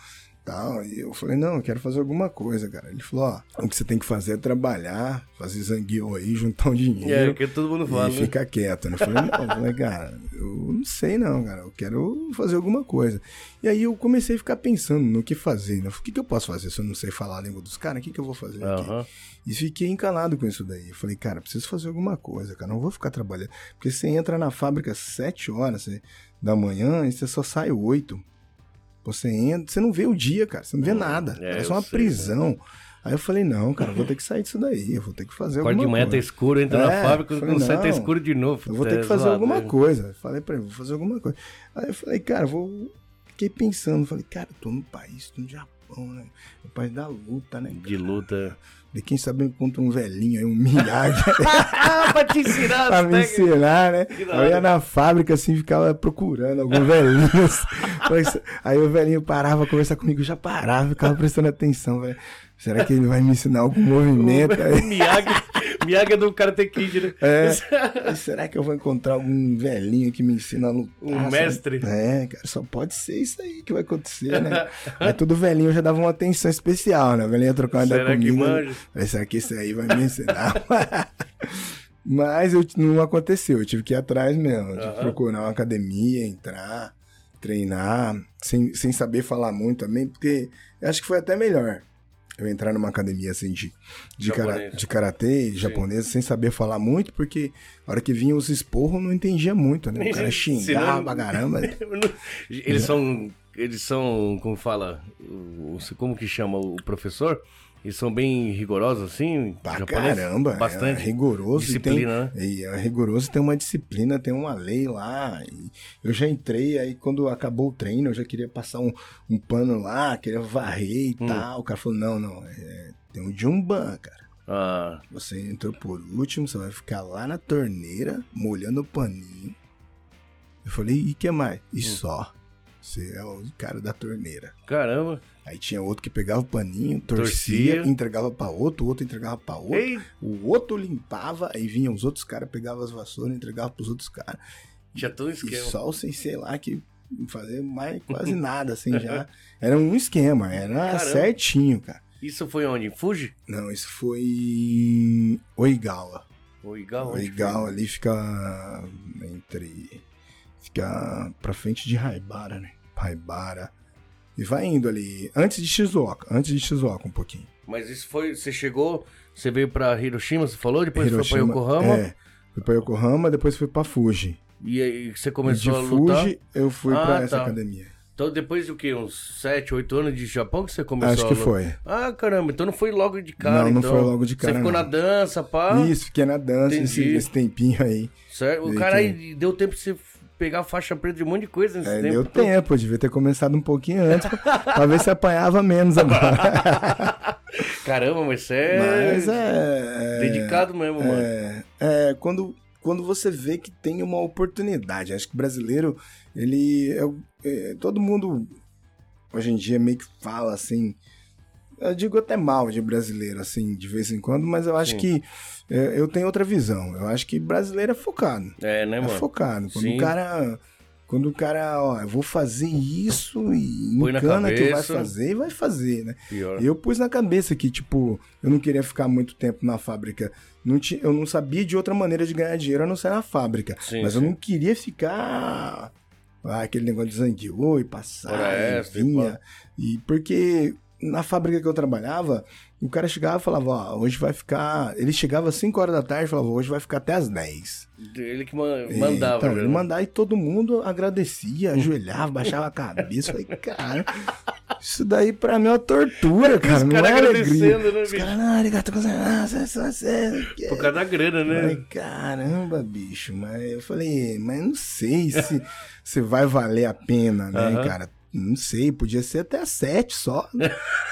tal. E eu falei, não, eu quero fazer alguma coisa, cara. Ele falou, ó, o que você tem que fazer é trabalhar, fazer zangueio aí, <laughs> juntar um é o dinheiro. que todo mundo E fala, né? ficar quieto, né? Eu falei, não, eu falei, cara, eu não sei não, cara, eu quero fazer alguma coisa. E aí eu comecei a ficar pensando no que fazer, né? Eu falei, O que, que eu posso fazer se eu não sei falar a língua dos caras? O que, que eu vou fazer aqui? Aham. E fiquei encanado com isso daí. Eu falei, cara, preciso fazer alguma coisa, cara. Não vou ficar trabalhando. Porque você entra na fábrica às 7 horas você- da manhã e você só sai 8. Você entra, você não vê o dia, cara. Você não vê nada. é, É, só eu uma sei, prisão. Aí eu falei, não, cara, eu vou ter que sair disso daí. Eu vou ter que fazer Acorda de alguma manhã tá coisa. escuro, entra É, na fábrica, falei, quando sai tá não, escuro de novo. Eu vou tá ter que fazer zoado, alguma né? coisa. Falei pra ele, vou fazer alguma coisa. Aí eu falei, cara, vou. Fiquei pensando, falei, cara, eu tô no país, tô no Japão, né? No país da luta, né? De <laughs> luta. <laughs> De quem sabe eu encontro um velhinho aí, um milhagre. ah, pra te ensinar pra as me técnicas. ensinar, né? Que da Eu hora. ia na fábrica, assim, ficava procurando algum velhinho. assim. Mas Aí o velhinho parava, conversava comigo, eu já parava, ficava prestando atenção. Falei, Será que ele vai me ensinar algum movimento? O Aí, Miyagi, Miyagi <laughs> é do Karate Kid, né? <laughs> É. será que eu vou encontrar algum velhinho que me ensina a lutar? Um sabe? mestre. É, cara, só pode ser isso aí que vai <laughs> acontecer, né? Aí todo velhinho já dava uma atenção especial, né? O velhinho ia trocar uma ideia Será que comigo. manja? Falei, será que esse aí vai me ensinar? <laughs> Mas eu, não aconteceu, eu tive que ir atrás mesmo. Eu tive que procurar uma academia, entrar, treinar, sem, sem saber falar muito também, porque eu acho que foi até melhor eu entrar numa academia assim de, de, Japonesa. kara- de karatê japonesa, sem saber falar muito, porque a hora que vinha os esporros eu não entendia muito, né? O cara xingava Senão- pra caramba. né? <laughs> Eles são. Eles são. Como fala? o- o- Como que chama o professor? Eles são bem rigorosos assim? Pra japonês? caramba, é Bastante. rigoroso. Disciplina, né? e tem, e é rigoroso, tem uma disciplina, tem uma lei lá. e eu já entrei, aí quando acabou o treino, eu já queria passar um, um pano lá, queria varrer Hum. e tal. O cara falou, não, não, é, tem um Jumban, cara. Ah, Você entrou por último, você vai ficar lá na torneira, molhando o paninho. Eu falei, e que mais? Hum. E só. Você é o cara da torneira. caramba. Aí tinha outro que pegava o paninho, torcia, Torcia. entregava pra outro, o outro entregava pra outro. Ei, O outro limpava, aí vinham os outros caras, pegava as vassouras, entregava pros outros caras. tinha todo um E esquema. só o sensei lá que não fazia mais <laughs> quase nada, assim, já. Era um esquema, era certinho, cara. Isso foi onde? Em Fuji? Não, isso foi em Oigawa. Oigawa. onde Oigawa ali fica entre... Fica pra frente de Raibara, né? Raibara. E vai indo ali, antes de Shizuoka, antes de Shizuoka um pouquinho. foi? Mas isso foi. Você chegou, você veio pra Hiroshima, você falou, depois foi pra Yokohama. É, foi pra Yokohama, depois foi pra Fuji. E aí você E de começou a lutar. Fuji, eu fui Ah, pra essa tá. academia. Então depois do que? Uns 7, 8 anos de Japão que você começou Acho a que lutar? foi. Ah, caramba, então não foi logo de cara. Não, não então. foi logo de cara, Você ficou não. na dança, pá. Isso, fiquei na dança esse, Ah, Entendi. esse tempinho aí. Certo? O Daí cara tem- aí deu tempo de você pegar a faixa preta de um monte de coisa nesse É, tempo. deu tempo, eu devia ter começado um pouquinho antes, pra, pra ver se apanhava menos agora. Caramba, mas você <laughs> é, Mas é. é- dedicado mesmo, mano. É, é, quando, quando você vê que tem uma oportunidade. Acho que o brasileiro, ele. É, o- é, todo mundo hoje em dia meio que fala assim. Eu digo até mal de brasileiro, assim, de vez em quando, mas eu acho Sim. que é, eu tenho outra visão. Eu acho que brasileiro é focado. É, né, É, mano? focado. Quando Sim. o cara. Quando o cara, ó, eu vou fazer isso e Põe na encana que vai cabeça. É. fazer e vai fazer, né? Pior. Eu pus na cabeça que, tipo, eu não queria ficar muito tempo na fábrica. Não ti- eu não sabia de outra maneira de ganhar dinheiro a não ser na fábrica. Sim, mas sim. eu não queria ficar. Ah, aquele negócio de zangueou e passar. Hora e extra e vinha. E porque na fábrica que eu trabalhava, o cara chegava e falava, ó, hoje vai ficar. Ele chegava às 5 horas da tarde e falava, hoje vai ficar até às 10. Ele que man- É, mandava. Então, né? Hum. ele mandava e todo mundo agradecia, ajoelhava, baixava a cabeça. Falei, cara, isso daí pra mim é <laughs> uma tortura, cara. Não caras é alegria. agradecendo, né, Os bicho? caras, não, arigato, gozaimasu, isso, isso, isso, que- Por causa da grana, né? Falei, caramba, bicho, mas eu falei, mas não <laughs> sei se, se vai valer a pena, né, Aham. cara? Não sei, podia ser até às sete <laughs> só,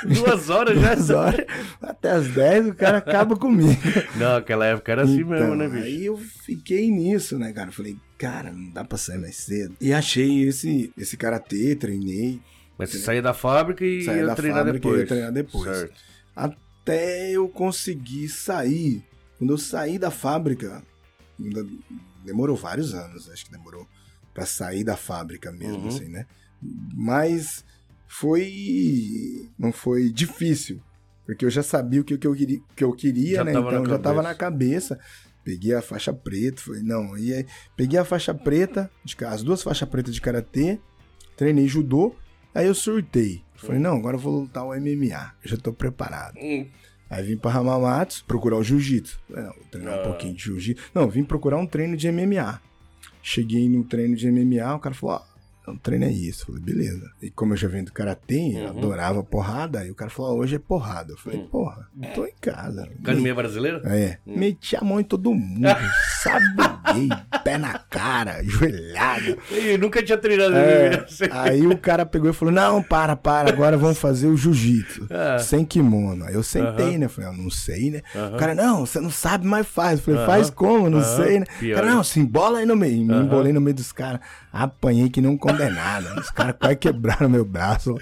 Duas horas já. <laughs> duas horas, até às dez o cara acaba comigo. <laughs> Não, aquela época era assim mesmo, Então, né, bicho? Aí eu fiquei nisso, né, cara? Eu Falei, cara, não dá pra sair mais cedo. E achei esse, esse karatê, treinei. Mas você saía é da fábrica e Saía ia da treinar fábrica e depois. ia treinar depois. Certo. Até eu conseguir sair. Quando eu saí da fábrica, ainda demorou vários anos, acho que demorou pra sair da fábrica mesmo, Uhum. assim, né? Mas foi. Não foi difícil. Porque eu já sabia o que, que eu, queria, que eu queria, Já né? tava na Então já tava cabeça. na cabeça. Peguei a faixa preta, foi, não, e aí, peguei a faixa preta, de, ca- as duas faixas pretas de karatê, treinei judô, aí eu surtei. Falei, não, agora eu vou lutar o MMA, já tô preparado. Hum. Aí vim pra Ramamatos procurar o jiu-jitsu. Falei, não, vou treinar Ah. um pouquinho de jiu-jitsu. Não, vim procurar um treino de MMA. Cheguei no treino de MMA, o cara falou, ó, o treino é isso. Eu Falei, beleza. E como eu já venho do Karatê, eu Uhum. adorava porrada, aí o cara falou, ó, hoje é porrada. Eu falei, Hum. porra, tô em casa. Academia brasileira? É, meti a mão em todo <laughs> mundo, sabuguei, pé na cara, joelhada. Ih, nunca tinha treinado. É, <laughs> né? Você- aí o cara pegou e falou: Não, para, para, agora vamos fazer o jiu-jitsu. <laughs> É. Sem kimono. Aí eu sentei, né? Falei, eu não sei, né? O cara, não, você não sabe, mas faz. Eu falei, faz como? Eu Não Aham. sei, né? O Pior. cara, não, se embola aí no meio. Me embolei no meio dos caras. Apanhei que não condenado. Os caras quase quebraram meu braço.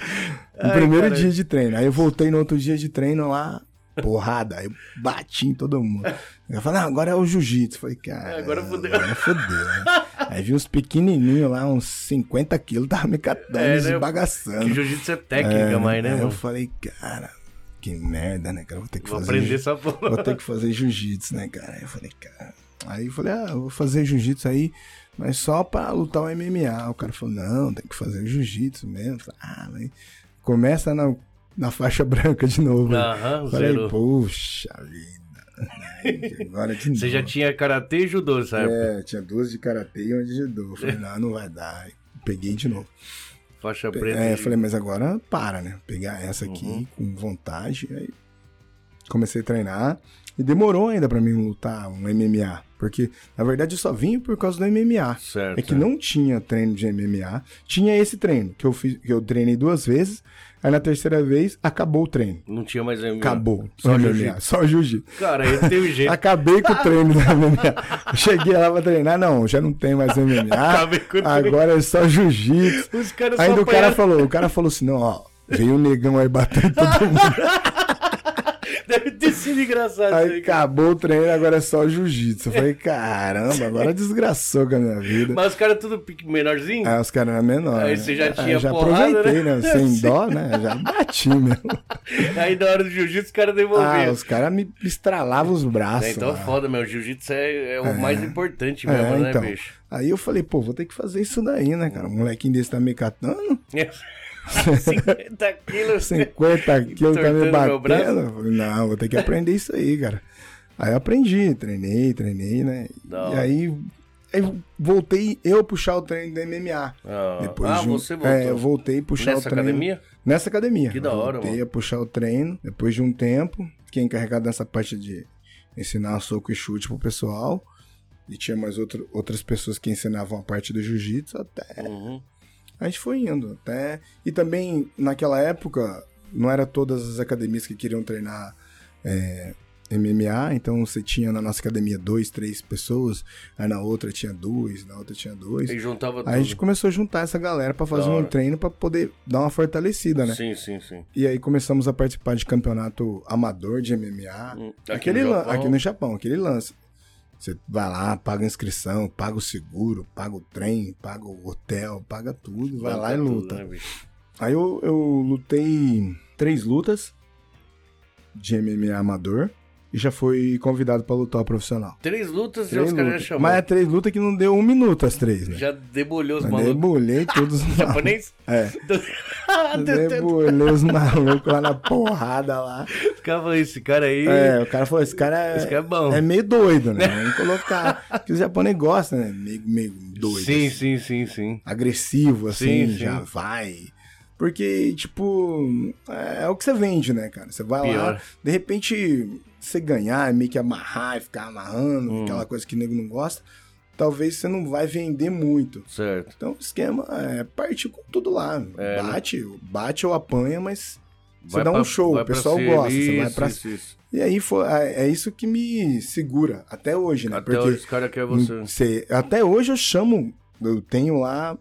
No primeiro cara. dia de treino. Aí eu voltei no outro dia de treino lá. Porrada, aí eu bati em todo mundo. Eu falei, não, agora é o jiu-jitsu. Eu Falei, cara. É, agora fudeu. Agora fudeu. né? Aí vi uns pequenininhos lá, uns 50 quilos, tava me catando, É, né? e bagaçando. Que jiu-jitsu é técnica, mas, né, Aí eu mano? falei, cara, que merda, né, cara? Vou ter que Vou fazer. aprender jiu- essa porra. Vou ter que fazer jiu-jitsu, né, cara? Aí eu falei, cara, Aí eu falei, ah, eu vou fazer jiu-jitsu aí, mas só pra lutar o MMA. O cara falou, não, tem que fazer jiu-jitsu mesmo. Eu falei, ah, mas começa na, na faixa <laughs> branca de novo. Aham, Eu falei, zero. puxa vida. Agora de Você já novo. tinha karatê e judô, sabe? É, eu tinha duas de karatê e uma de judô. Eu Falei, não, não vai dar. Aí Peguei de novo. Faixa Pe- preta. É, e- eu falei, mas agora para, né? Pegar essa aqui com vontade. Aí comecei a treinar. E demorou ainda pra mim lutar um MMA. Porque, na verdade, eu só vim por causa do MMA. Certo. É que não tinha treino de MMA. Tinha esse treino, que eu, fiz, que eu treinei duas vezes. Aí na terceira vez, acabou o treino. Não tinha mais MMA. Acabou. Só MMA, jiu-jitsu. Só jiu-jitsu. Cara, aí teve um <laughs> jeito. Acabei com o treino da MMA. Cheguei lá pra treinar, não, já não tem mais MMA. Acabei com o treino. Agora é só jiu-jitsu. Os caras só Ainda o cara apanharam. falou, o cara falou assim, não, ó, veio um negão <laughs> aí batendo todo mundo. Deve ter sido engraçado isso Aí aí, cara. acabou o treino, agora é só jiu-jitsu. Eu falei, caramba, <laughs> agora desgraçou com a minha vida. Mas os caras tudo pique menorzinho? Aí os caras eram menores. Aí né? você já Aí tinha já porrada, aproveitei, né? né? Sem dó, né? Já bati mesmo. <laughs> Aí na hora do jiu-jitsu os caras devolveram. É. Ah, os caras me estralavam os braços. É, então lá. foda, meu. Jiu-jitsu é, é o mais importante É, mesmo, né, então. bicho? <laughs> Aí eu falei, pô, vou ter que fazer isso daí, né, cara? Um molequinho desse tá me catando, 50 quilos. <laughs> 50 quilos tá me Entortando meu braço. batendo. Eu falei, não, vou ter que aprender isso aí, cara. Aí eu aprendi, treinei, treinei, né? Da e hora. aí, aí voltei eu puxar o treino do MMA. Ah, Depois ah, de um- você voltou. É, eu voltei a puxar Nessa o treino. academia? Nessa academia. Que da hora, Voltei mano. a puxar o treino. Depois de um tempo, fiquei encarregado dessa parte de ensinar soco e chute pro pessoal. E tinha mais outro, outras pessoas que ensinavam a parte do jiu-jitsu até Uhum. a gente foi indo até. E também, naquela época, não era todas as academias que queriam treinar é, MMA, então você tinha na nossa academia dois, três pessoas, aí na outra tinha duas, na outra tinha dois. E juntava tudo. Aí a gente começou a juntar essa galera pra fazer Da um hora. treino pra poder dar uma fortalecida, né? Sim, sim, sim. E aí começamos a participar de campeonato amador de MMA. Hum, aqui aquele no lan- Japão. aqui no Japão, aquele lance. Você vai lá, paga a inscrição, paga o seguro, paga o trem, paga o hotel, paga tudo, vai lá e Junta tudo, luta. né, bicho? Aí eu, eu lutei três lutas de MMA amador e já fui convidado pra lutar o profissional. Três lutas já Três os caras já lutas. chamaram. Mas é três lutas que não deu um minuto as três, né? Já debolhou os Eu malucos. <laughs> Debulhei todos os malucos. Japonês? É. Debulhei os malucos lá na porrada <laughs> lá. Ficava esse cara aí. É, o cara falou, esse cara é, Esse cara é bom. meio doido, né? Vamos <laughs> colocar. Porque os japoneses gostam, né? Meio, meio doido. sim, sim, assim. sim, sim. agressivo, assim, Sim, sim. já vai. Porque, tipo, é, é o que você vende, né, cara? Você vai lá, Pior. de repente, você ganhar, meio que amarrar e ficar amarrando, Hum. aquela coisa que o nego não gosta, talvez você não vai vender muito. Certo. Então, o esquema é partir com tudo lá. É, né? bate, bate ou apanha, mas você Vai dá pra- um show, vai o pra pessoal cima, gosta, você vai isso, pra isso, isso. e aí foi, é é isso que me segura até hoje, né? Até hoje os caras querem você. você- até hoje eu chamo, eu tenho lá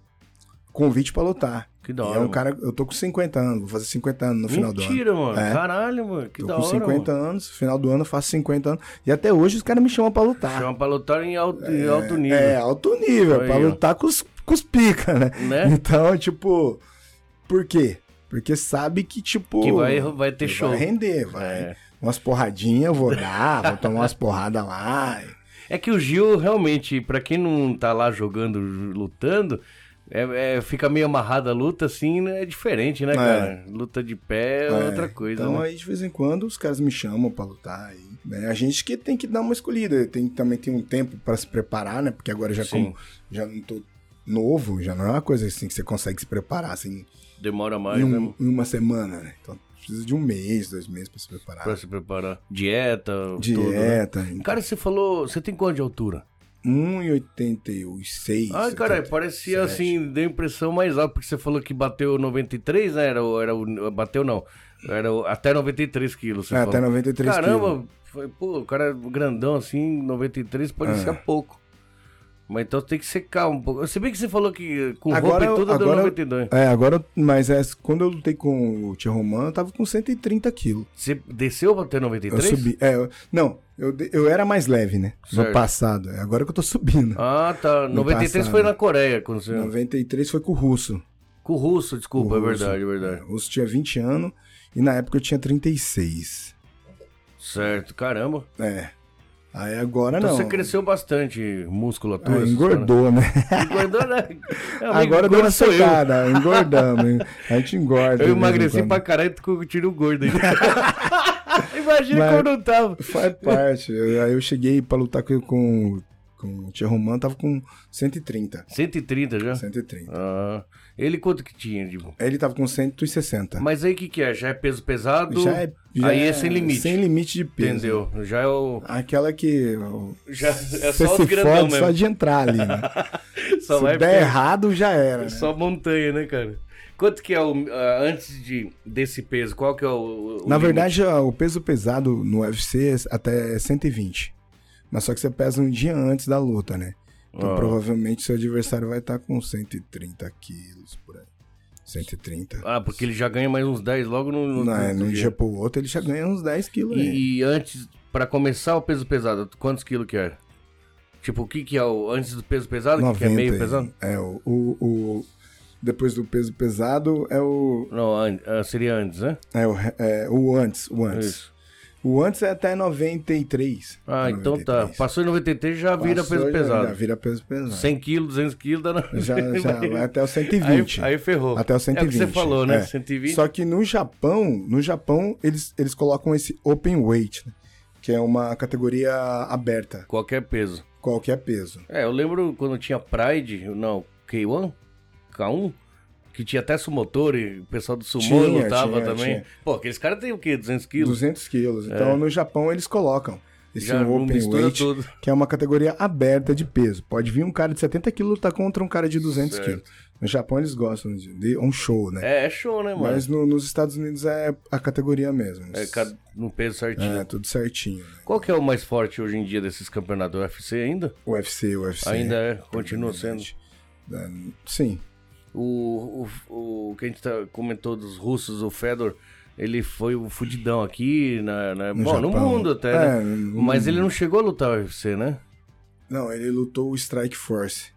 convite pra lutar. Que da E hora. é um mano. cara, eu tô com 50 anos, vou fazer 50 anos no final do ano. Mentira, mano. É. Caralho, mano. Que Tô da com hora. 50 mano. anos, final do ano eu faço 50 anos. E até hoje os caras me chamam pra lutar. Chama pra lutar em alto, em alto nível. É, alto nível, Aí, pra ó. lutar com os, com os pica, né? Né? Então, tipo, por quê? Porque sabe que, tipo. Que vai, vai ter Vai show. render, vai. É. Umas porradinhas eu vou dar, vou tomar umas porradas lá. É que o Gil, realmente, pra quem não tá lá jogando, ju- lutando, é, é- fica meio amarrada a luta, assim, né? é diferente, né, É. cara? Luta de pé é É, outra coisa, Então né? aí de vez em quando os caras me chamam pra lutar. aí, né? A gente que tem que dar uma escolhida. Tem, também tem um tempo pra se preparar, né? Porque agora já Sim. como já não tô novo, já não é uma coisa assim que você consegue se preparar assim Demora mais, em, um- né? em uma semana, né? Então precisa de um mês, dois meses pra se preparar. Pra se preparar. Dieta, tudo, né? Dieta, Cara, você falou... Você tem quanto de altura? 1,86. Ai, cara, parecia assim, deu impressão mais alta, porque você falou que bateu 93, né? Era, o- era, o- bateu não. Era o- até 93 quilos. Você É, falou. até 93 Caramba, quilos. foi, pô, o cara é grandão assim, 93, É. parecia pouco. Mas então tem que secar um pouco. Se bem que você falou que com roupa e tudo deu 92. É, agora, mas é, quando eu lutei com o Tio Romano, eu tava com 130 quilos. Você desceu pra ter Eu 93? subi. É, eu- não, eu, de- eu era mais leve, né? No Certo. passado. É agora que eu tô subindo. Ah, é. tá. No 93 foi na passado. Coreia, quando você... 93 foi com o russo. Com o russo, desculpa, O é russo. verdade, é verdade. O russo tinha 20 anos e na época eu tinha 36. Certo, caramba. É. Aí agora Então não. você cresceu bastante Ah, musculatura. engordou, né? Né? Engordou, <laughs> né? Meu amigo, Agora deu uma gordo sou eu. secada, engordamos. hein? A gente engorda. Eu de vez em emagreci quando. pra caralho e tiro o gordo <laughs> ainda. <laughs> Imagina Mas- como eu não tava. Faz parte. Eu- Aí eu cheguei pra lutar com, com, com o Tia Romano, tava com 130. 130 já? 130. Ah, ele quanto que tinha, Digo? Aí Ele tava com 160. Mas aí o que, que é? Já é peso pesado? Já é, já aí é, sem limite. Sem limite de peso. Entendeu? Já é o. Aquela que. ó, Já, é Você só se os grandão fode só mesmo. de entrar ali, né? <laughs> Só Se vai der errado, já era. É né? Só montanha, né, cara? Quanto que é o. ah, antes de, desse peso, qual que é o. o- o Na limite? verdade, ó, o peso pesado no UFC é até 120. Mas só que você pesa um dia antes da luta, né? Então Ah. provavelmente seu adversário vai estar com 130 quilos por aí. 130. Ah, porque ele já ganha mais uns 10 logo no. no- Não, é, no num dia. dia pro outro ele já ganha uns 10 quilos aí. E, e antes, pra começar o peso pesado, quantos quilos que é? Tipo, o que que é o. Antes do peso pesado, que, que é meio aí. pesado? É, o, o- o- Depois do peso pesado é o. Não, an- ah, seria antes, né? É o, é o antes. O antes. Isso. O antes é até 93. Ah, então tá. 93. Passou em 93 já vira Passou, peso já- pesado. Já vira peso pesado. 100 quilos, 200 quilos, dá na... <laughs> Já, já vai até o 120. Aí, aí ferrou. Até o 120. É o que você falou, né? É. 120. Só que no Japão, no Japão, eles, eles colocam esse open weight, né? que é uma categoria aberta, Qualquer peso. qualquer peso. É, eu lembro quando tinha Pride, não, K1? K1? Que tinha até sumotor e o pessoal do sumô Tinha, lutava tinha, também. tinha. Pô, aqueles caras têm o quê? 200 quilos? 200 quilos. Então, no Japão, eles colocam esse É. Já open mistura weight, tudo. que é uma categoria aberta de peso. Pode vir um cara de 70 quilos lutar contra um cara de 200 Certo. quilos. No Japão, eles gostam de, de um show, né? É, é show, né, mano? Mas no- nos Estados Unidos é a categoria mesmo. É, ca- no peso certinho. É, tudo certinho. Né? Qual que é o mais forte hoje em dia desses campeonatos? O UFC ainda? UFC, UFC. Ainda é, continua sendo. É, Sim. O, o, o que a gente tá- comentou dos russos, o Fedor, ele foi o fudidão aqui, na, na- No bom, no Japão. mundo até, É, né? no Mas ele não chegou a lutar o UFC, né? Não, ele lutou o Strike Force.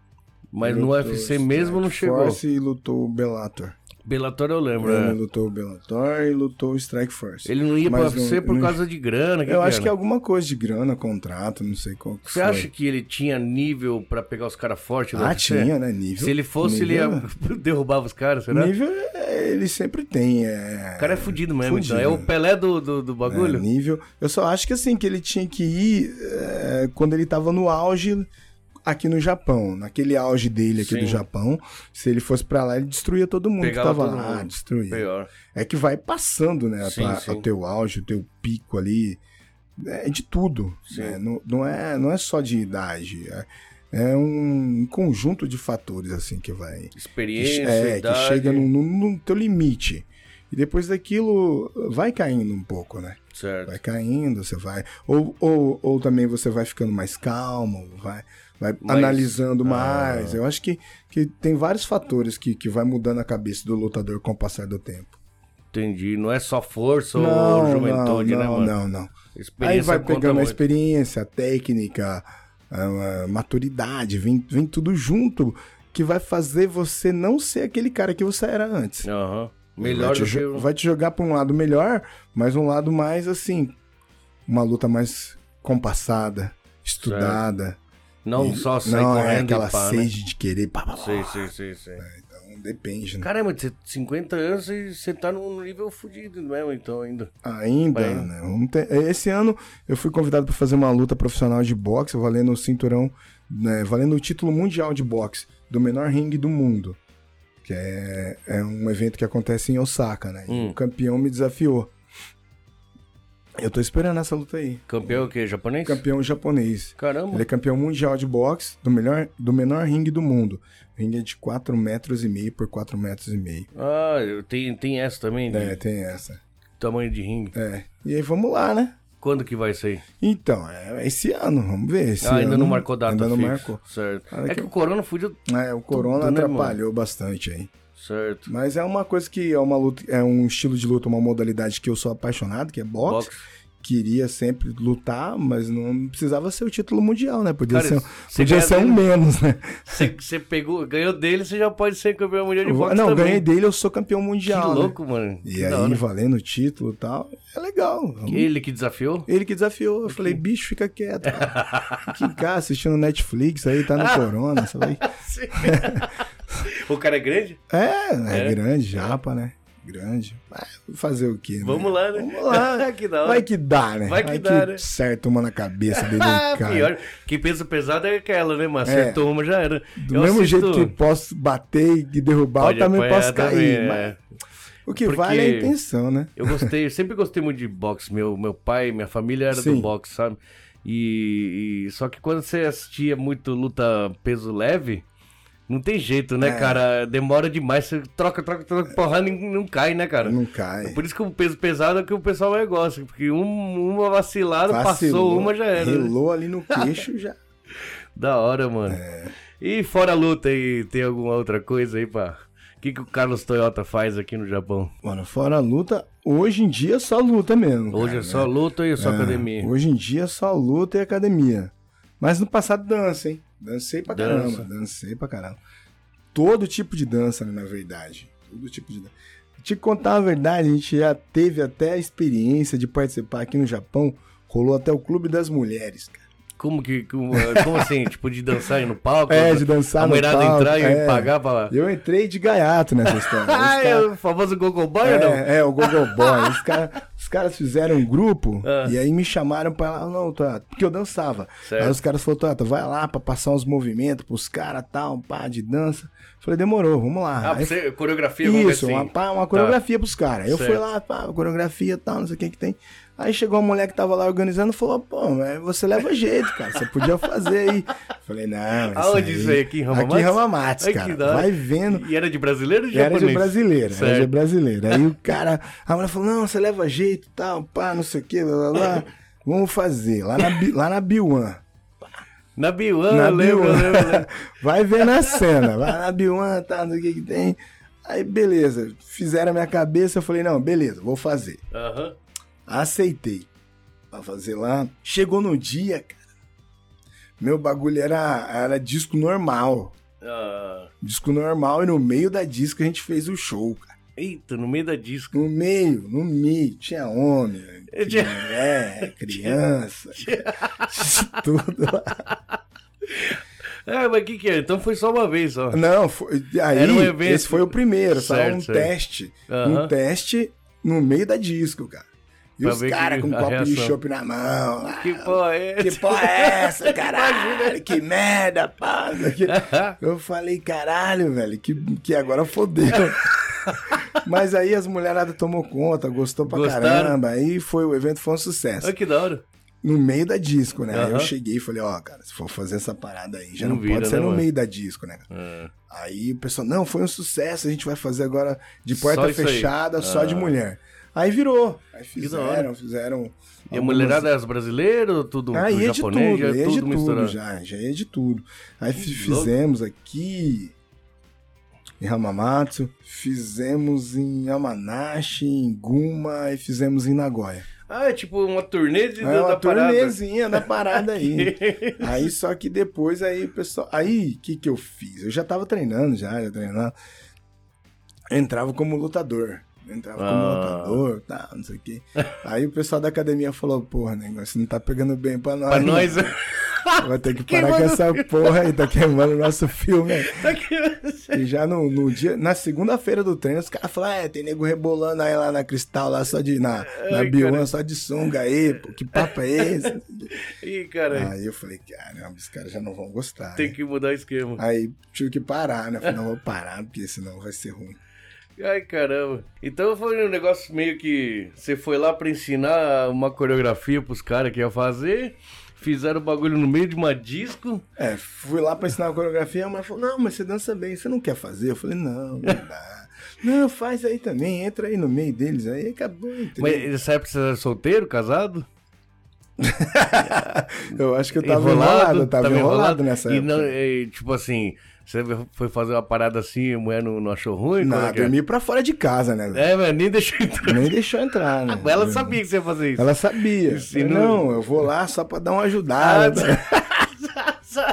Mas Lutou no UFC Strike mesmo não chegou. Force e lutou o Bellator. Bellator eu lembro, Ele é. lutou o Bellator e lutou o Strike Force. Ele não ia pro Mas UFC não- por não- causa de grana. Eu acho que é era? alguma coisa de grana, contrato, não sei qual que Você foi. acha que ele tinha nível pra pegar os caras fortes do Ah, UFC? tinha, né? Nível. Se ele fosse, ele ia nível, né? <laughs> derrubava os caras, será? Nível é, ele sempre tem. É... O cara é fudido mesmo, Fudido. então. É o Pelé do, do, do É, bagulho? nível. Eu só acho que assim, que ele tinha que ir é, quando ele tava no auge aqui no Japão. Naquele auge dele aqui Sim. do Japão. Se ele fosse pra lá, ele destruía todo mundo Pegava que tava todo lá. mundo. Destruía. Pior. É que vai passando, né? a Sim, tua- sim. O teu auge, o teu pico ali. É de tudo. né? Não, não é, não é só de idade. É, é um conjunto de fatores, assim, que vai Experiência, que, é, que idade. chega no, no- no teu limite. E depois daquilo vai caindo um pouco, né? Certo. Vai caindo, você vai. Ou, ou, ou também você vai ficando mais calmo, vai, vai Mas- ah. analisando mais. Eu acho que, que tem vários fatores que, que vai mudando a cabeça do lutador com o passar do tempo. Entendi. Não é só força ou não, juventude, não, né, não, mano? não, não. Experiência Aí vai conta pegando a muito. experiência, a técnica, a, a maturidade, vem, vem tudo junto que vai fazer você não ser aquele cara que você era antes. Aham. vai Melhor te, do jo- que o... vai te jogar pra um lado melhor, mas um lado mais assim, uma luta mais compassada, estudada. Não E- só sair não é correndo aquela e pá, né? sede de querer. Pá, pá, pá. Sei, sei, sei, sei. Então depende, né? Caramba, você 50 anos e você tá num nível fudido mesmo, então, ainda. Ainda, Bem. né? Vamos ter- Esse ano eu fui convidado pra fazer uma luta profissional de boxe, valendo o cinturão, né, valendo o título mundial de boxe do menor ringue do mundo. Que é, é um evento que acontece em Osaka, né? E Hum. O campeão me desafiou. Eu tô esperando essa luta aí. Campeão é o quê? Japonês? campeão japonês. Caramba. Ele é campeão mundial de boxe do, melhor, do menor ringue do mundo. O ringue é de 4 metros e meio por 4 metros e meio. Ah, eu- tem, tem essa também, de É, tem essa. tamanho de ringue. É. E aí vamos lá, né? Quando que vai sair? Então, é esse ano, vamos ver. Esse ah, ainda ano não marcou data Ainda não fixa. marcou. Certo. Olha É que- que o corona fudiu... É, o corona Tudo, né, atrapalhou bastante aí. Certo. Mas é uma coisa que é uma luta, é um estilo de luta, uma modalidade que eu sou apaixonado, que é boxe. Box. queria sempre lutar, mas não precisava ser o título mundial, né? Podia Cara, ser, se podia ganhar ser um dele- menos, né? Você você pegou, ganhou dele, você já pode ser campeão mundial de boxe não, também. ganhei dele, eu sou campeão Que mundial. né? louco, mano. E Que aí, da hora. valendo o título e tal, é legal. Vamos- Ele que desafiou? Ele que desafiou. Eu falei, bicho, fica quieto. <laughs> Cara. Fica em casa assistindo Netflix aí, tá no Corona, você vai. Sim. <laughs> o cara é grande? É, é, É. grande, japa, né? Grande. Mas fazer o quê? né? Vamos lá, né? Vamos <laughs> lá. que da hora. Vai que dá, né? Vai que dá, né? certo uma na cabeça dele, <laughs> um Ah, cara. pior. Que peso pesado é aquela, né, mano? Acertou uma, já era. Do mesmo jeito que posso bater e derrubar, eu também apanhar posso cair. também, mas é. o que Porque- vale é a intenção, né? Eu gostei, eu sempre gostei muito de boxe. Meu, meu pai, minha família era do Sim. boxe, sabe? E, e- só que quando você assistia muito luta peso leve, não tem jeito, É. né, cara? Demora demais, você troca, troca, troca, porrada e não cai, né, cara? Não cai. Por isso que o peso pesado é o que o pessoal mais gosta, porque um- uma vacilada, passou uma, já era. né? Relou ali no queixo, já. Da hora, mano. É. E fora a luta aí, tem alguma outra coisa aí pra. O que, que o Carlos Toyota faz aqui no Japão? Mano, fora a luta, hoje em dia é só luta mesmo. Hoje cara, é só né? luta e só É, academia. Hoje em dia é só luta e academia. Mas no passado dança, hein? Dancei pra Dança. caramba, dancei pra caramba. Todo tipo de dança, né, na verdade. Todo tipo de dança. Te contar a verdade, a gente já teve até a experiência de participar aqui no Japão. Rolou até o Clube das Mulheres, cara. Como que. Como, como <laughs> assim? tipo, de dançar aí no palco? É, de dançar A no mulherada palco, entrar e é. pagar pra. Eu entrei de <laughs> gaiato nessa história. Os Ah, caras- é o famoso Gogo Boy ou não? É, é, o Google Boy. Os, cara- os caras fizeram um grupo Ah. e aí me chamaram pra lá, não, Tata, porque eu dançava. Certo. Aí os caras falaram, Tata, vai lá pra passar uns movimentos pros caras, tal, um pá, de dança. Falei, demorou, vamos lá. Ah, Aí pra você, coreografia, alguma isso, coisa assim. uma, pá, uma coreografia pros caras. Eu fui Certo. lá, pá, coreografia e tal, não sei o que que tem. Aí chegou uma mulher que tava lá organizando e falou, pô, mas você leva jeito, cara, você podia fazer aí. Falei, não, Aonde isso aí? Aqui em Ramamatsu? Aqui em Ramamatsu, Ai, cara. que da hora. Vai vendo. E era de brasileiro ou de Era japonês? de brasileira, era de Certo. brasileira. Aí o cara, a mulher falou: não, você leva jeito e tal, pá, não sei o que, blá blá blá. Vamos fazer, lá na, Bi- lá na Biwan. Na Biwan, Na eu Ah, lembro, eu Biwan. lembro, eu <laughs> lembro. Vai ver na cena, vai na Biwan, tá, não sei o que que tem. Aí beleza, fizeram a minha cabeça, eu falei: não, beleza, vou fazer. Aham. Aceitei pra fazer lá. Chegou no dia, cara, meu bagulho era, era disco normal. Ah, Disco normal, e no meio da disco a gente fez o show, cara. eita, no meio da disco. No meio, no meio, tinha homem, Eu <laughs> tinha tinha- mulher, criança, tinha tudo. lá. Ah, mas o que que é? Então foi só uma vez, ó. Não, foi, aí Era um evento. esse foi o primeiro, só Certo, um certo. teste, Aham. um teste no meio da disco, cara. E Pra os ver caras que- com um a copo de reação. chopp na mão, lá, Que porra é que <laughs> essa? porra é essa, caralho, que merda, pá. não sei o quê. Eu falei, caralho, velho, que, que <laughs> agora fodeu. Mas aí as mulheradas tomou conta, gostou pra Gostaram? caramba, aí foi, o evento foi um sucesso. <laughs> Olha que da hora. no meio da disco, né? Aí Eu Aham. cheguei e falei, ó, cara, se for fazer essa parada aí, já Não não, vira, pode ser né, no mano? meio da disco, né? cara? Ah. Aí o pessoal, não, foi um sucesso, a gente vai fazer agora de porta Só isso aí. Ah. fechada, só de mulher. Aí virou. Aí fizeram, fizeram. E a algumas- mulherada é as brasileiras, tudo, Ah, tudo ia de tudo, japonês, já ia é de tudo misturado. tudo, já, já ia de tudo. Aí fi- louco. fizemos aqui em Hamamatsu, fizemos em Amanashi, em Guma e fizemos em Nagoya. Ah, é tipo uma turnê de, É uma da parada. turnezinha da parada <laughs> aí. aí só que depois aí, o pessoal, aí o que que eu fiz? Eu já tava treinando já, já treinando. Entrava como lutador. Entrava Ah. como lutador, tá, não sei o quê. Aí o pessoal da academia falou: "Porra, negócio não tá pegando bem pra <laughs> nós". Pra não. nós. <laughs> Vai ter que Queimando parar com o essa porra aí, tá queimando o nosso filme. aí. Tá que- E já no, no dia, na segunda-feira do treino, os caras falaram, é, tem nego rebolando aí lá na Cristal, lá só de, na, na Ai, Bion, cara. só de sunga aí, pô, que papo <laughs> é esse? Ih, cara, aí eu falei, caramba, os caras já não vão gostar, tem né? que mudar o esquema. Aí tive que parar, né? Falei, não, vou parar, porque senão vai ser ruim. Ai, caramba. Então foi um negócio meio que. Você foi lá pra ensinar uma coreografia pros caras que ia fazer. Fizeram o bagulho no meio de uma disco. É, fui lá pra ensinar a coreografia, a mulher falou, não, mas você dança bem, você não quer fazer? Eu falei, <laughs> não, não dá. Não, faz aí também, entra aí no meio deles, aí acabou, entendeu? Mas nessa época você era solteiro, casado? <laughs> eu acho que eu tava enrolado, eu tava, enrolado, nessa e época. não- e, tipo assim, você foi fazer uma parada assim, a mulher não, não achou ruim? Como Não, é que é? dormi pra fora de casa, né? velho? É, velho, nem deixou <laughs> entrar. Nem deixou entrar, né? <laughs> Ela sabia que você ia fazer <laughs> isso. Ela sabia. Isso, e Eu, não- não, eu vou lá só pra dar uma ajudada.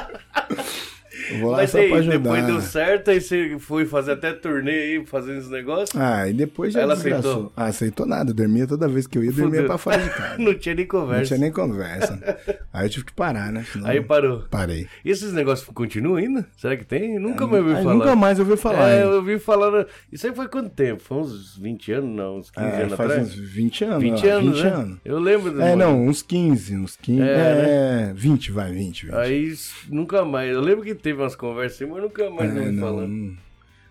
eu vou lá Ah, Mas só aí, pra ajudar. depois deu certo, aí você foi fazer até turnê aí, fazendo esse negócio. Ah, e depois já Ela desgraçou. aceitou? Ah, aceitou nada. Dormia toda vez que eu ia, dormia Fudeu. <laughs> pra fora de casa. não tinha nem Não conversa. tinha nem conversa. Aí eu tive que parar, né? Senão Aí eu parou. Parei. E esses negócios continuam ainda? Será que tem? Nunca mais ouvi Aí falar. Ah, nunca mais ouvi falar. É, hein? eu ouvi falar. Isso aí foi quanto tempo? Foi uns 20 anos, não? Uns 15 Ah, anos faz atrás? uns 20 anos. 20 ó, anos, 20 né? anos. Eu lembro do É, não, uns 15, uns 15. É, É, 20, vai, 20, 20. Aí s- nunca mais. Eu lembro que teve umas conversas, assim, mas nunca mais não É, me não, falando. não.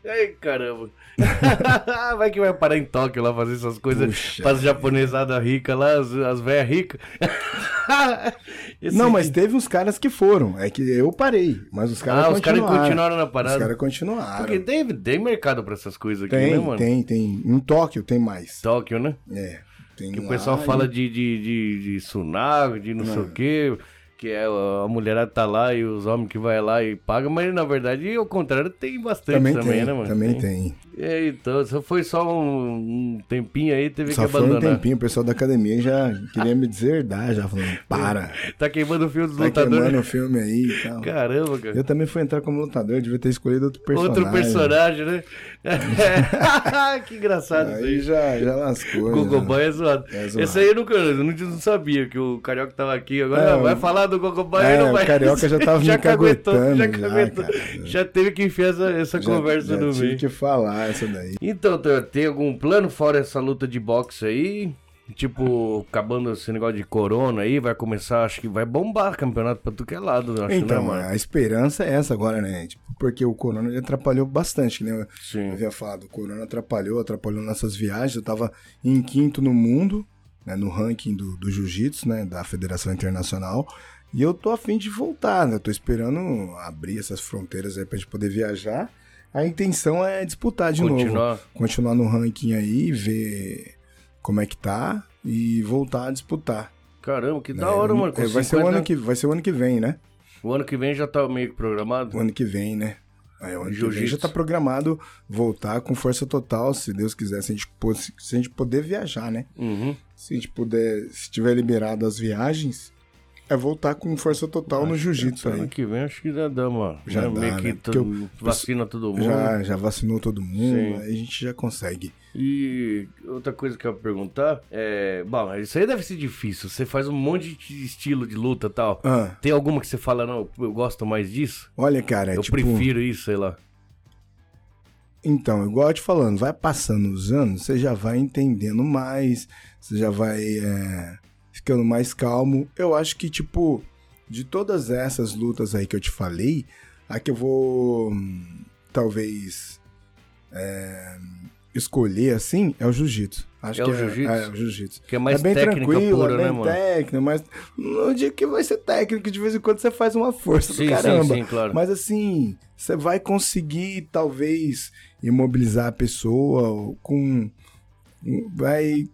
Ai, caramba. <laughs> vai que vai parar em Tóquio lá fazer essas coisas Puxa para as japonesadas ricas lá, as, as velhas ricas. <laughs> Esse- Não, mas teve uns caras que foram. É que eu parei, mas os caras Ah, os caras continuaram. continuaram na parada. Os caras continuaram. Porque tem, tem mercado pra essas coisas aqui, né, Tem, mano? tem, tem. Em Tóquio tem mais. Tóquio, né? É. Tem Que o pessoal fala de, de, de, de tsunami, de não sei Ah. o quê, que é, a mulherada tá lá e os homens que vai lá e pagam, mas na verdade, ao contrário, tem bastante também, Também, tem, né, mano? também tem. É, então, só foi só um, um tempinho aí, teve Só que foi um abandonar. tempinho, o pessoal da academia já queria me deserdar, já falando, <laughs> para, Tá queimando o fio dos tá lutadores. queimando <laughs> o filme aí e tal. Caramba, cara. Eu também fui entrar como lutador, eu devia ter escolhido outro personagem. Outro personagem, né? <laughs> <laughs> que engraçado isso aí. Aí já, já lascou. já. Gogoboy é zoado. É zoado. Esse aí eu nunca, eu não, não sabia que o Carioca tava aqui. Agora É, vai o- falar do Gogoboy É, aí não o vai. Carioca já <laughs> tava me caguetou, caguetando Já já, caguetou. cara. Já teve que enfiar essa, essa Já- conversa já no tive meio. que falar essa daí. Então, Teo, tem algum plano fora essa luta de boxe aí? Tipo, acabando esse negócio de corona aí, vai começar, acho que vai bombar campeonato pra tu que é lado, eu acho, Então, né, mano? a esperança é essa agora, né? Tipo, porque o corona ele atrapalhou bastante, que nem eu- Sim. Eu havia falado, o corona atrapalhou, atrapalhou nossas viagens. Eu tava em quinto no mundo, né, no ranking do, do jiu-jitsu, né, da Federação Internacional. E eu tô afim de voltar, né? Eu tô esperando abrir essas fronteiras aí pra gente poder viajar. A intenção é disputar de novo. Continuar. Continuar no ranking aí, ver como é que tá e voltar a disputar. Caramba, que né? da hora, mano. com É, vai, ser o 50 ano que, vai ser o ano que vem, né? o ano que vem já tá meio que programado? O ano que vem, né? Aí, o ano que vem Jiu-jitsu. já tá programado voltar com força total, se Deus quiser, se a gente, pô- se a gente poder viajar, né? Uhum. Se a gente puder, se tiver liberado as viagens, é voltar com força total no jiu-jitsu Ano aí. que é vem acho que já dá, mano. Já Já dá, meio que né? todo- Porque eu- vacina todo mundo. Já, já vacinou todo mundo, Sim. aí a gente já consegue. E outra coisa que eu ia perguntar é. Bom, isso aí deve ser difícil. Você faz um monte de estilo de luta e tal. Ah, Tem alguma que você fala, não, eu gosto mais disso? olha, cara, é eu tipo. prefiro isso, sei lá. Então, igual eu te falando, vai passando os anos, você já vai entendendo mais, você já vai é, ficando mais calmo. Eu acho que, tipo, de todas essas lutas aí que eu te falei, a que eu vou, hum, talvez, é, escolher, assim, é o jiu-jitsu. Acho É que o jiu-jitsu? É, é o jiu-jitsu. Que é mais é bem técnica tranquilo, pura, é né, bem mano? técnico, mas não digo que vai ser técnico, de vez em quando você faz uma força Sim, do caramba. sim, sim, claro. Mas assim, você vai conseguir talvez imobilizar a pessoa ou com. Vai.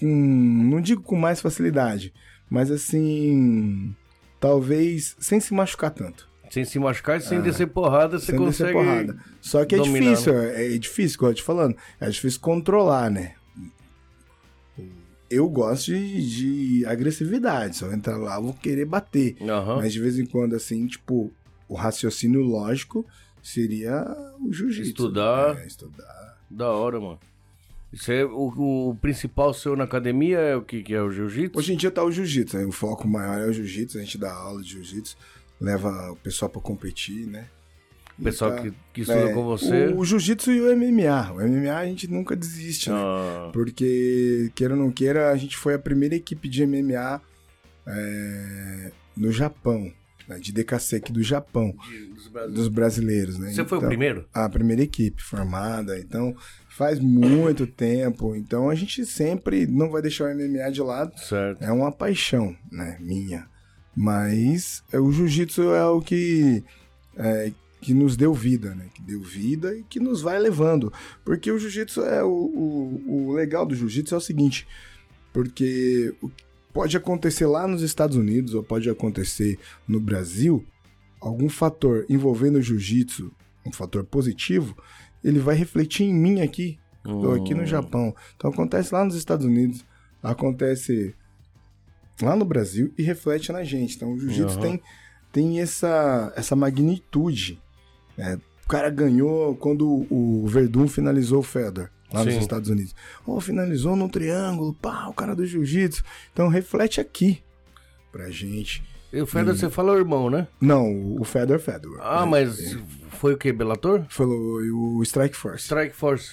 Com. Não digo com mais facilidade, mas assim. Talvez sem se machucar tanto. Sem se machucar e sem descer porrada, você Ah, sem consegue. descer porrada. Só que é dominar, né? difícil, é, é difícil, como eu tô te falando. É difícil controlar, né? Eu gosto de, de agressividade. Se eu entrar lá, eu vou querer bater. Aham. Mas de vez em quando, assim, tipo, o raciocínio lógico seria o jiu-jitsu. Estudar. É, estudar. Da hora, mano. Isso é o, o principal seu na academia é o que, que é o jiu-jitsu? Hoje em dia tá o jiu-jitsu, né? o foco maior é o jiu-jitsu, a gente dá aula de jiu-jitsu, leva o pessoal pra competir, né? O pessoal tá. que, que estuda É, com você. O, o jiu-jitsu e o MMA. O MMA a gente nunca desiste, né? Ah, Porque, queira ou não queira, a gente foi a primeira equipe de MMA é, no Japão, né? de DKSEC do Japão, dos brasileiros, né? Você foi o Então- primeiro? a primeira equipe formada, então faz muito tempo, então a gente sempre não vai deixar o MMA de lado, Certo. é uma paixão, né, minha, mas é, o jiu-jitsu é o que é, que nos deu vida, né, que deu vida e que nos vai levando, porque o jiu-jitsu é o, o, o legal do jiu-jitsu é o seguinte, porque o- pode acontecer lá nos Estados Unidos ou pode acontecer no Brasil, algum fator envolvendo o jiu-jitsu, um fator positivo, ele vai refletir em mim aqui. Estou aqui no Japão. Então acontece lá nos Estados Unidos, acontece lá no Brasil e reflete na gente. Então o jiu-jitsu Aham. tem, tem essa, essa magnitude. né? o cara ganhou quando o Verdun finalizou o Fedor lá nos Sim. Estados Unidos. Oh, finalizou num triângulo, pá, o cara do jiu-jitsu. Então reflete aqui pra gente. E o Fedor, você falou irmão, né? Não, o Fedor Fedor. Ah, mas é. foi o que? Belator? Falou e o Strike Force. Strike Force.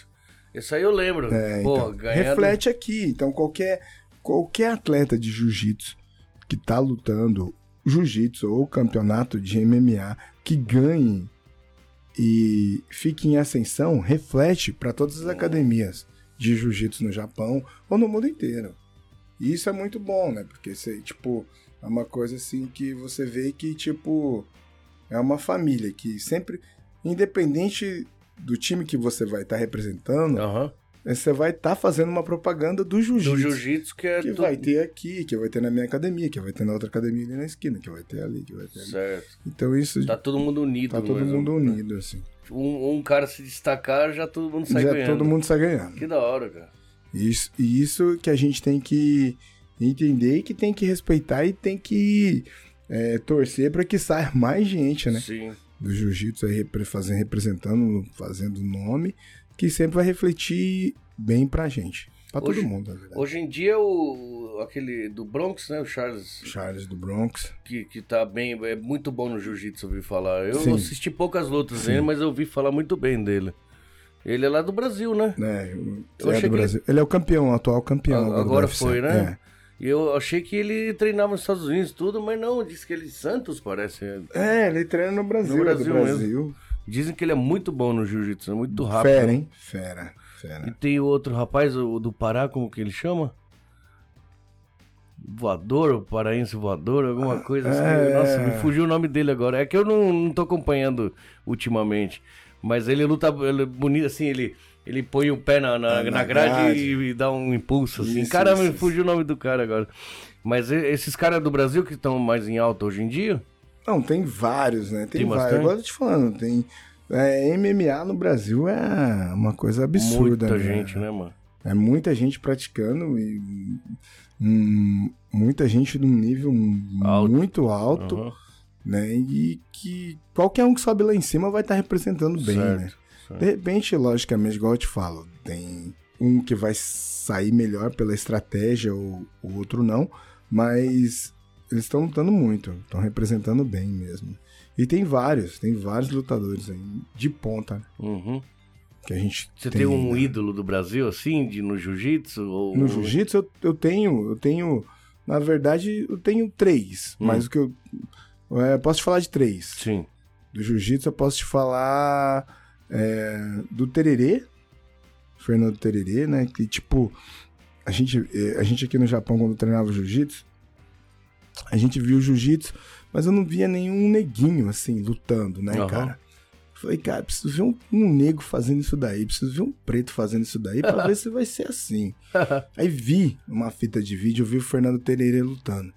Isso aí eu lembro. É, Pô, então, ganhando- reflete aqui. Então, qualquer, qualquer atleta de jiu-jitsu que tá lutando jiu-jitsu ou campeonato de MMA que ganhe e fique em ascensão, reflete para todas Hum. as academias de jiu-jitsu no Japão ou no mundo inteiro. E isso é muito bom, né? Porque você, tipo, é uma coisa assim que você vê que, tipo, é uma família que sempre, independente do time que você vai estar representando, Aham. Né, você vai estar fazendo uma propaganda do Do jiu-jitsu. jiu-jitsu que é que tudo. vai ter aqui, que vai ter na minha academia, que vai ter na outra academia ali na esquina, que vai ter ali, que vai ter ali. Certo. Então Tá isso né? né? tá, todo mundo unido. todo mesmo. mundo unido, assim. Um, um cara se destacar, já todo mundo sai Já ganhando. todo mundo sai ganhando. Que da hora, cara. Isso, e isso que a gente tem que entender, que tem que respeitar e tem que é, torcer para que saia mais gente, né? Sim. Do jiu-jitsu aí repre- fazendo, representando, fazendo nome, que sempre vai refletir bem pra gente. Pra Hoje- todo mundo, na verdade. Hoje em dia, o aquele do Bronx, né? O Charles Charles do Bronx. que, que tá bem, é muito bom no jiu-jitsu, ouvi falar. Eu Sim. assisti poucas lutas dele, mas eu ouvi falar muito bem dele. Ele é lá do Brasil, né? né? Eu é achei do que Brasil. Ele é o campeão, o atual campeão. A- do agora UFC. foi, né? É. E eu achei que ele treinava nos Estados Unidos e tudo, mas não, diz que ele é de Santos, parece. É, ele treina no Brasil, No é do Brasil mesmo. Brasil. Dizem que ele é muito bom no jiu-jitsu, é muito rápido. Fera, hein? Fera, E fera. tem o outro rapaz, o do Pará, como que ele chama? Voador, o paraense voador, alguma coisa assim. é. Nossa, me fugiu o nome dele agora. É que eu não, não tô acompanhando ultimamente. Mas ele luta ele é bonito, assim, ele, ele põe o pé na, na, Ah, Na na grade grade. e, e dá um impulso, assim. Isso, Caramba, isso, me fugiu o nome do cara agora. Mas e- esses caras do Brasil que estão mais em alta hoje em dia? Não, tem vários, né? Tem, Tem vários. bastante? Agora eu tô te falando, tem. é, MMA no Brasil é uma coisa absurda, Muita né? gente, né, mano? É muita gente praticando e hum, muita gente num nível Alto. muito alto, Aham, né? E que qualquer um que sobe lá em cima vai estar representando bem, certo, né? certo. De repente, logicamente, igual eu te falo, tem um que vai sair melhor pela estratégia, ou o outro não, mas eles estão lutando muito, estão representando bem mesmo. E tem vários, tem vários lutadores aí de ponta Uhum. que a gente Você tem, um né? ídolo do Brasil, assim, de, no jiu-jitsu? Ou... No jiu-jitsu eu, eu tenho, eu tenho, na verdade, eu tenho três, Hum. mas o que eu é, posso te falar de três. <laughs> Sim. Do jiu-jitsu eu posso te falar é, do Tererê, Fernando Tererê, né? Que tipo, a gente, eh, a gente aqui no Japão, quando treinava jiu-jitsu, a gente viu o jiu-jitsu, mas eu não via nenhum neguinho assim, lutando, né, Aham. cara? Falei, cara, preciso ver um, um negro fazendo isso daí, preciso ver um preto fazendo isso daí pra ver se vai ser assim. Aí vi uma fita de vídeo, eu vi o Fernando Tererê lutando.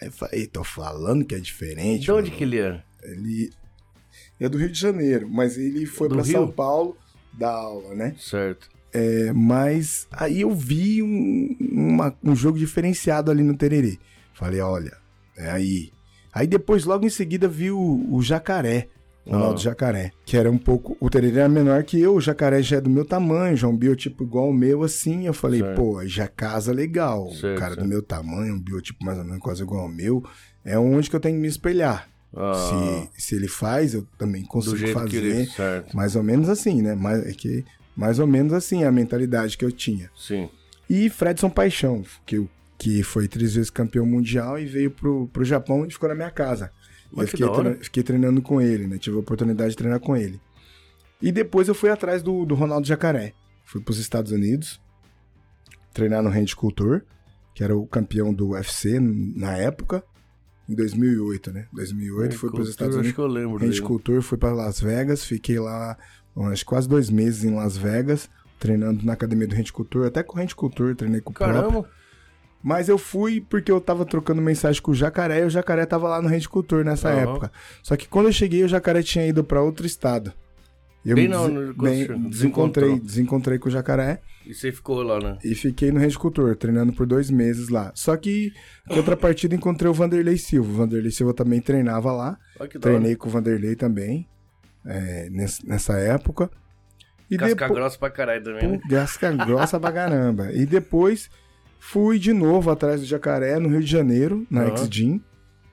Aí eu falei, tô falando que é diferente. De onde mano." que ele é? Ele é do Rio de Janeiro, mas ele foi Do pra São Rio? Paulo dar aula, né? Certo. É, mas aí eu vi um, uma- um jogo diferenciado ali no Tererê. Falei, olha, é aí. Aí depois, logo em seguida, vi o, o Jacaré, o Ah. Ronaldo Jacaré, que era um pouco... O Tererê era menor que eu, o Jacaré já é do meu tamanho, já é um biotipo igual ao meu, assim. Eu falei, Certo. pô, já casa legal. Certo, o cara certo. do meu tamanho, um biotipo mais ou menos quase igual ao meu, é onde que eu tenho que me espelhar. Ah, Se, se ele faz, eu também do consigo jeito que ele... é, fazer. Certo, Mais ou menos assim, né? Mais, é que, mais ou menos assim a mentalidade que eu tinha. sim. E Fredson Paixão, que, eu- que foi três vezes campeão mundial e veio pro, pro Japão e ficou na minha casa. Mas eu que fiquei, da hora. treina- fiquei treinando com ele, né? Tive a oportunidade de treinar com ele. E depois eu fui atrás do, do Ronaldo Jacaré. Fui pros Estados Unidos treinar no Hand Culture, que era o campeão do UFC na época, em 2008, né? 2008 fui pros Cultura, Estados Unidos. Acho que eu lembro Rede dele. Cultura, fui para Las Vegas, fiquei lá acho, que quase dois meses em Las Vegas, treinando na academia do Rede Cultura, até com o Rede Cultura, treinei com o próprio. Caramba, Mas eu fui porque eu tava trocando mensagem com o Jacaré e o Jacaré tava lá no Rede Cultura nessa Aham. época. Só que quando eu cheguei, o Jacaré tinha ido pra outro estado. E Eu Bem me não, dese- no- quando bem- você desencontrei, desencontrou. desencontrei com o Jacaré E você ficou lá, né? e fiquei no Rede Cultura, treinando por dois meses lá. Só que, em contrapartida, encontrei o Vanderlei Silva. O Vanderlei Silva também treinava lá. Olha que da hora. Treinei com o Vanderlei também, é, ness- nessa época. E Casca depo- grossa pra caralho também, né? Pô, Casca grossa pra caramba. E depois fui de novo atrás do Jacaré, no Rio de Janeiro, na Aham. X-Gym.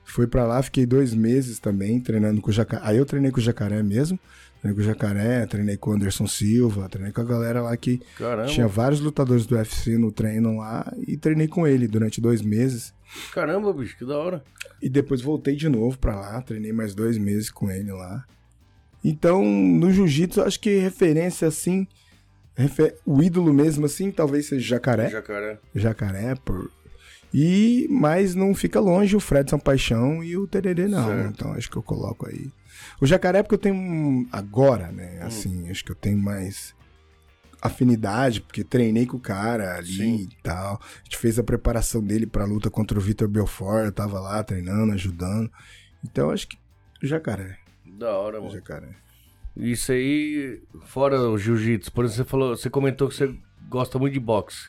Fui pra lá, fiquei dois meses também treinando com o Jacaré. Aí eu treinei com o Jacaré mesmo. Treinei com o Jacaré, treinei com o Anderson Silva, treinei com a galera lá que Caramba. tinha vários lutadores do UFC no treino lá. E treinei com ele durante dois meses. Caramba, bicho, que da hora. E depois voltei de novo pra lá, treinei mais dois meses com ele lá. Então, no jiu-jitsu, eu acho que referência assim, refe- o ídolo mesmo assim, talvez seja jacaré. Jacaré. Jacaré, por. E, mas não fica longe o Fred São Paixão e o Tererê, não. Certo. Então acho que eu coloco aí. O jacaré, porque eu tenho. um- Agora, né? Hum. Assim, acho que eu tenho mais afinidade, porque treinei com o cara ali Sim. e tal. A gente fez a preparação dele pra luta contra o Vitor Belfort, eu tava lá treinando, ajudando. Então acho que o jacaré. Da hora, o mano. jacaré. Isso aí, fora o jiu-jitsu, por exemplo, você falou, você comentou que você gosta muito de boxe.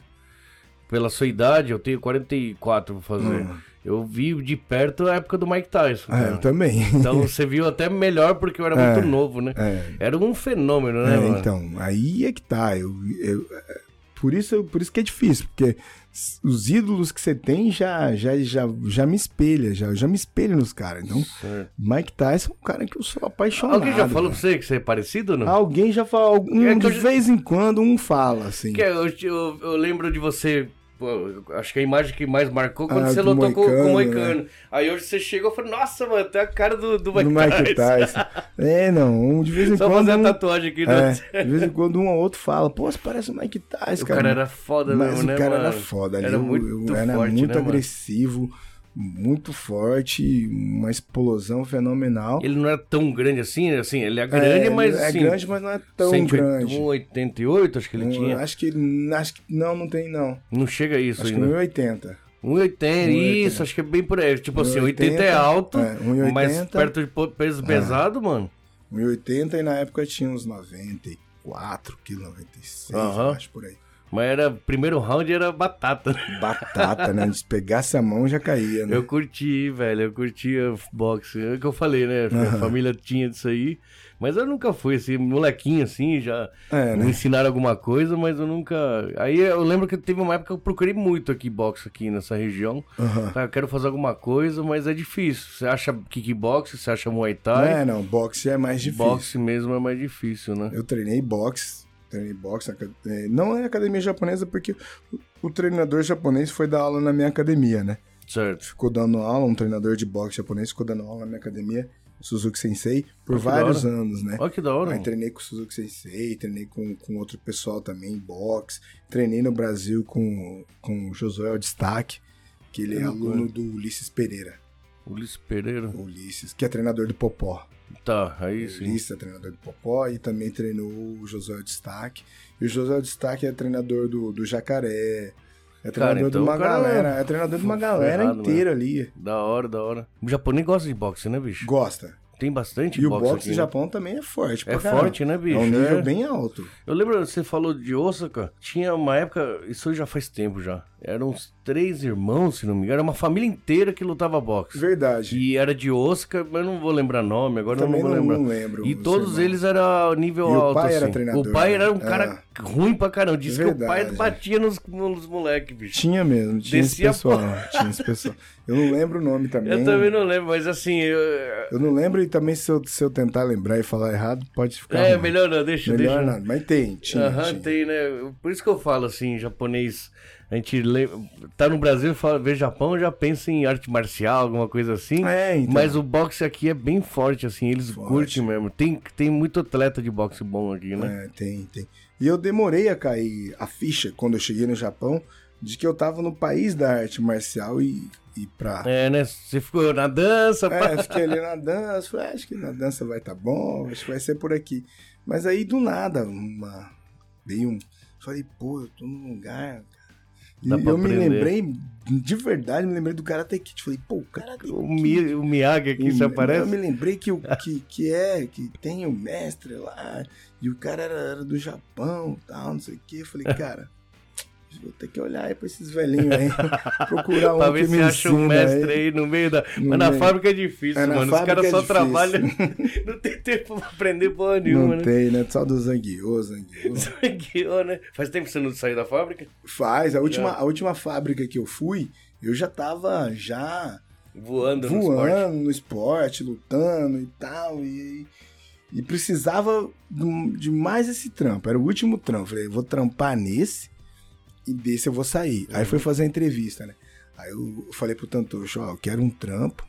Pela sua idade, eu tenho 44 pra fazer. Eu vi de perto a época do Mike Tyson. Ah, cara. Hum. eu também. Então você viu até melhor porque eu era É, muito novo, né? é. Era um fenômeno, né, É, mano? então, aí é que tá. Eu, eu- é, por, isso, eu- por isso que é difícil, porque s- os ídolos que você tem já, já, já, já me espelha, já, eu já me espelho nos caras. Então, Certo. Mike Tyson é um cara que eu sou apaixonado. Alguém já falou pra você que você é parecido, não? né? Alguém já fala, um É que de eu já- vez em quando um fala, assim. Que é eu, eu- eu lembro de você. pô, eu acho que a imagem que mais marcou quando Ah, você do lutou com, com o Moicano, Moicano. Aí hoje você chegou e falou: Nossa, mano, tem a cara do, do Mike, do Mike Tyson. Tyson. É, não, um de vez em Só quando. fazer a um- tatuagem aqui, né? é, de vez em quando um ou outro fala, pô, você parece o Mike Tyson, O cara era foda é Mas mesmo, o né, cara mano? era foda é ali. Era eu- muito eu era forte, muito né, mano? agressivo, muito forte, uma explosão fenomenal. Ele não era tão grande assim, né? assim, ele é grande, mas é assim... grande, mas não é tão 180, grande. 1,88 acho que um ele Um, tinha. Acho que, acho que não, não tem não. Não chega a isso Acho que ainda. 1,80. 1,80, isso, acho que é bem por aí. Tipo assim, 80 é alto, Um é, 1,80. mas perto de po- peso pesado, mano. 1,80 e na época tinha uns 94 quilos, 96, eu Aham. acho por aí. Mas era, primeiro round era batata. Batata, né? <laughs> Se pegasse a mão já caía, né? Eu curti, velho, eu curti a boxe. É o que eu falei, né? A família tinha disso aí. Mas eu nunca fui, assim, molequinho assim, já É, né? me ensinaram alguma coisa, mas eu nunca. Aí eu lembro que teve uma época que eu procurei muito aqui boxe aqui nessa região. Aham. Tá, eu quero fazer alguma coisa, mas é difícil. Você acha kickbox, você acha muay Não thai. é, não. Boxe é mais difícil. boxe mesmo é mais difícil, né? Eu treinei boxe, treinei boxe, aca- eh, não é academia japonesa porque o- o treinador japonês foi dar aula na minha academia, né? Certo. Ficou dando aula, um treinador de boxe japonês ficou dando aula na minha academia, Suzuki Sensei, por Ah, que da vários hora. anos, né? Olha que da hora. Aí mano. treinei com o Suzuki Sensei, treinei com, com outro pessoal também, boxe. Treinei no Brasil com, com o Josué Destaque, que ele é aluno do Ulisses Pereira. Ulisses Pereira. O Ulisses, que é treinador do Popó. Tá, aí sim. Ulisses é treinador do Popó e também treinou o Josué Destaque. E o Josué Destaque é treinador do, do Jacaré. É treinador então de uma o cara galera. É treinador de uma foi galera ferrado, né? inteira ali. Da hora, da hora. O japonês gosta de boxe, né, bicho? Gosta. Tem bastante E o boxe, boxe aqui, do né? Japão também é forte. É pra caramba. forte, né, bicho? É um nível É. bem alto. Eu lembro, você falou de Osaka, tinha uma época, isso já faz tempo já. Eram uns três irmãos, se não me engano, era uma família inteira que lutava boxe. Verdade. E era de Osaka, mas eu não vou lembrar nome, agora eu Também não vou não- lembrar. não lembro E os todos irmãos. eles era nível E o alto, pai assim. era treinador, O pai era um né? cara ruim pra caramba, disse que o pai Verdade. batia nos, nos moleques, bicho. Tinha mesmo, tinha Descia a esse pessoal. <laughs> Tinha esse pessoal. Eu não lembro o nome também. Eu também não lembro, mas assim, eu- Eu não lembro e também se eu, se eu tentar lembrar e falar errado, pode ficar. é, ruim. melhor não, deixa, Melhor deixa. não. Mas tem, tinha. Aham, tinha. tem, né? Por isso que eu falo assim, japonês. A gente le- tá no Brasil, fala, vê Japão, já pensa em arte marcial, alguma coisa assim. É, então. Mas o boxe aqui é bem forte, assim, eles curtem mesmo. Tem, tem muito atleta de boxe bom aqui, né? É, tem, tem. E eu demorei a cair a ficha quando eu cheguei no Japão de que eu tava no país da arte marcial e, e pra. É, né? Você ficou na dança, pá. É, fiquei ali na dança, falei, "Ah, acho que na dança vai tá bom, acho que vai ser por aqui. Mas aí do nada, uma. Dei um. Falei, pô, eu tô num lugar. cara, Dá E pra eu me aprender. lembrei, de verdade, me lembrei do Karate Kid. Falei, pô, o Karate O, Kid. Mi, o Miyagi aqui, se Eu- aparece. Eu me lembrei que, o, que, que é, que tem o mestre lá, e o cara era, era do Japão tal, não sei o que. <laughs> Eu falei, cara, vou ter que olhar aí pra esses <laughs> velhinhos aí, procurar um pra ver que se me acha um ensina mestre aí no meio da. No Mas na meio. fábrica é difícil, É, na mano. Os caras fábrica é só difícil. trabalham. <laughs> <laughs> não tem tempo pra aprender porra nenhuma, Não <laughs> né? tem, né? Só do Zanguiô, Zanguiô. Guiou, né? Faz tempo que você não saiu da fábrica? <laughs> Faz, a É. última, a última fábrica que eu fui, eu já tava já Voando, no esporte. voando no esporte, lutando e tal. E, e precisava de um- de mais esse trampo. Era o último trampo. Falei, vou trampar nesse e desse eu vou sair. Aí foi fazer a entrevista, né? Aí eu falei pro Tantocho, ó, eu quero um trampo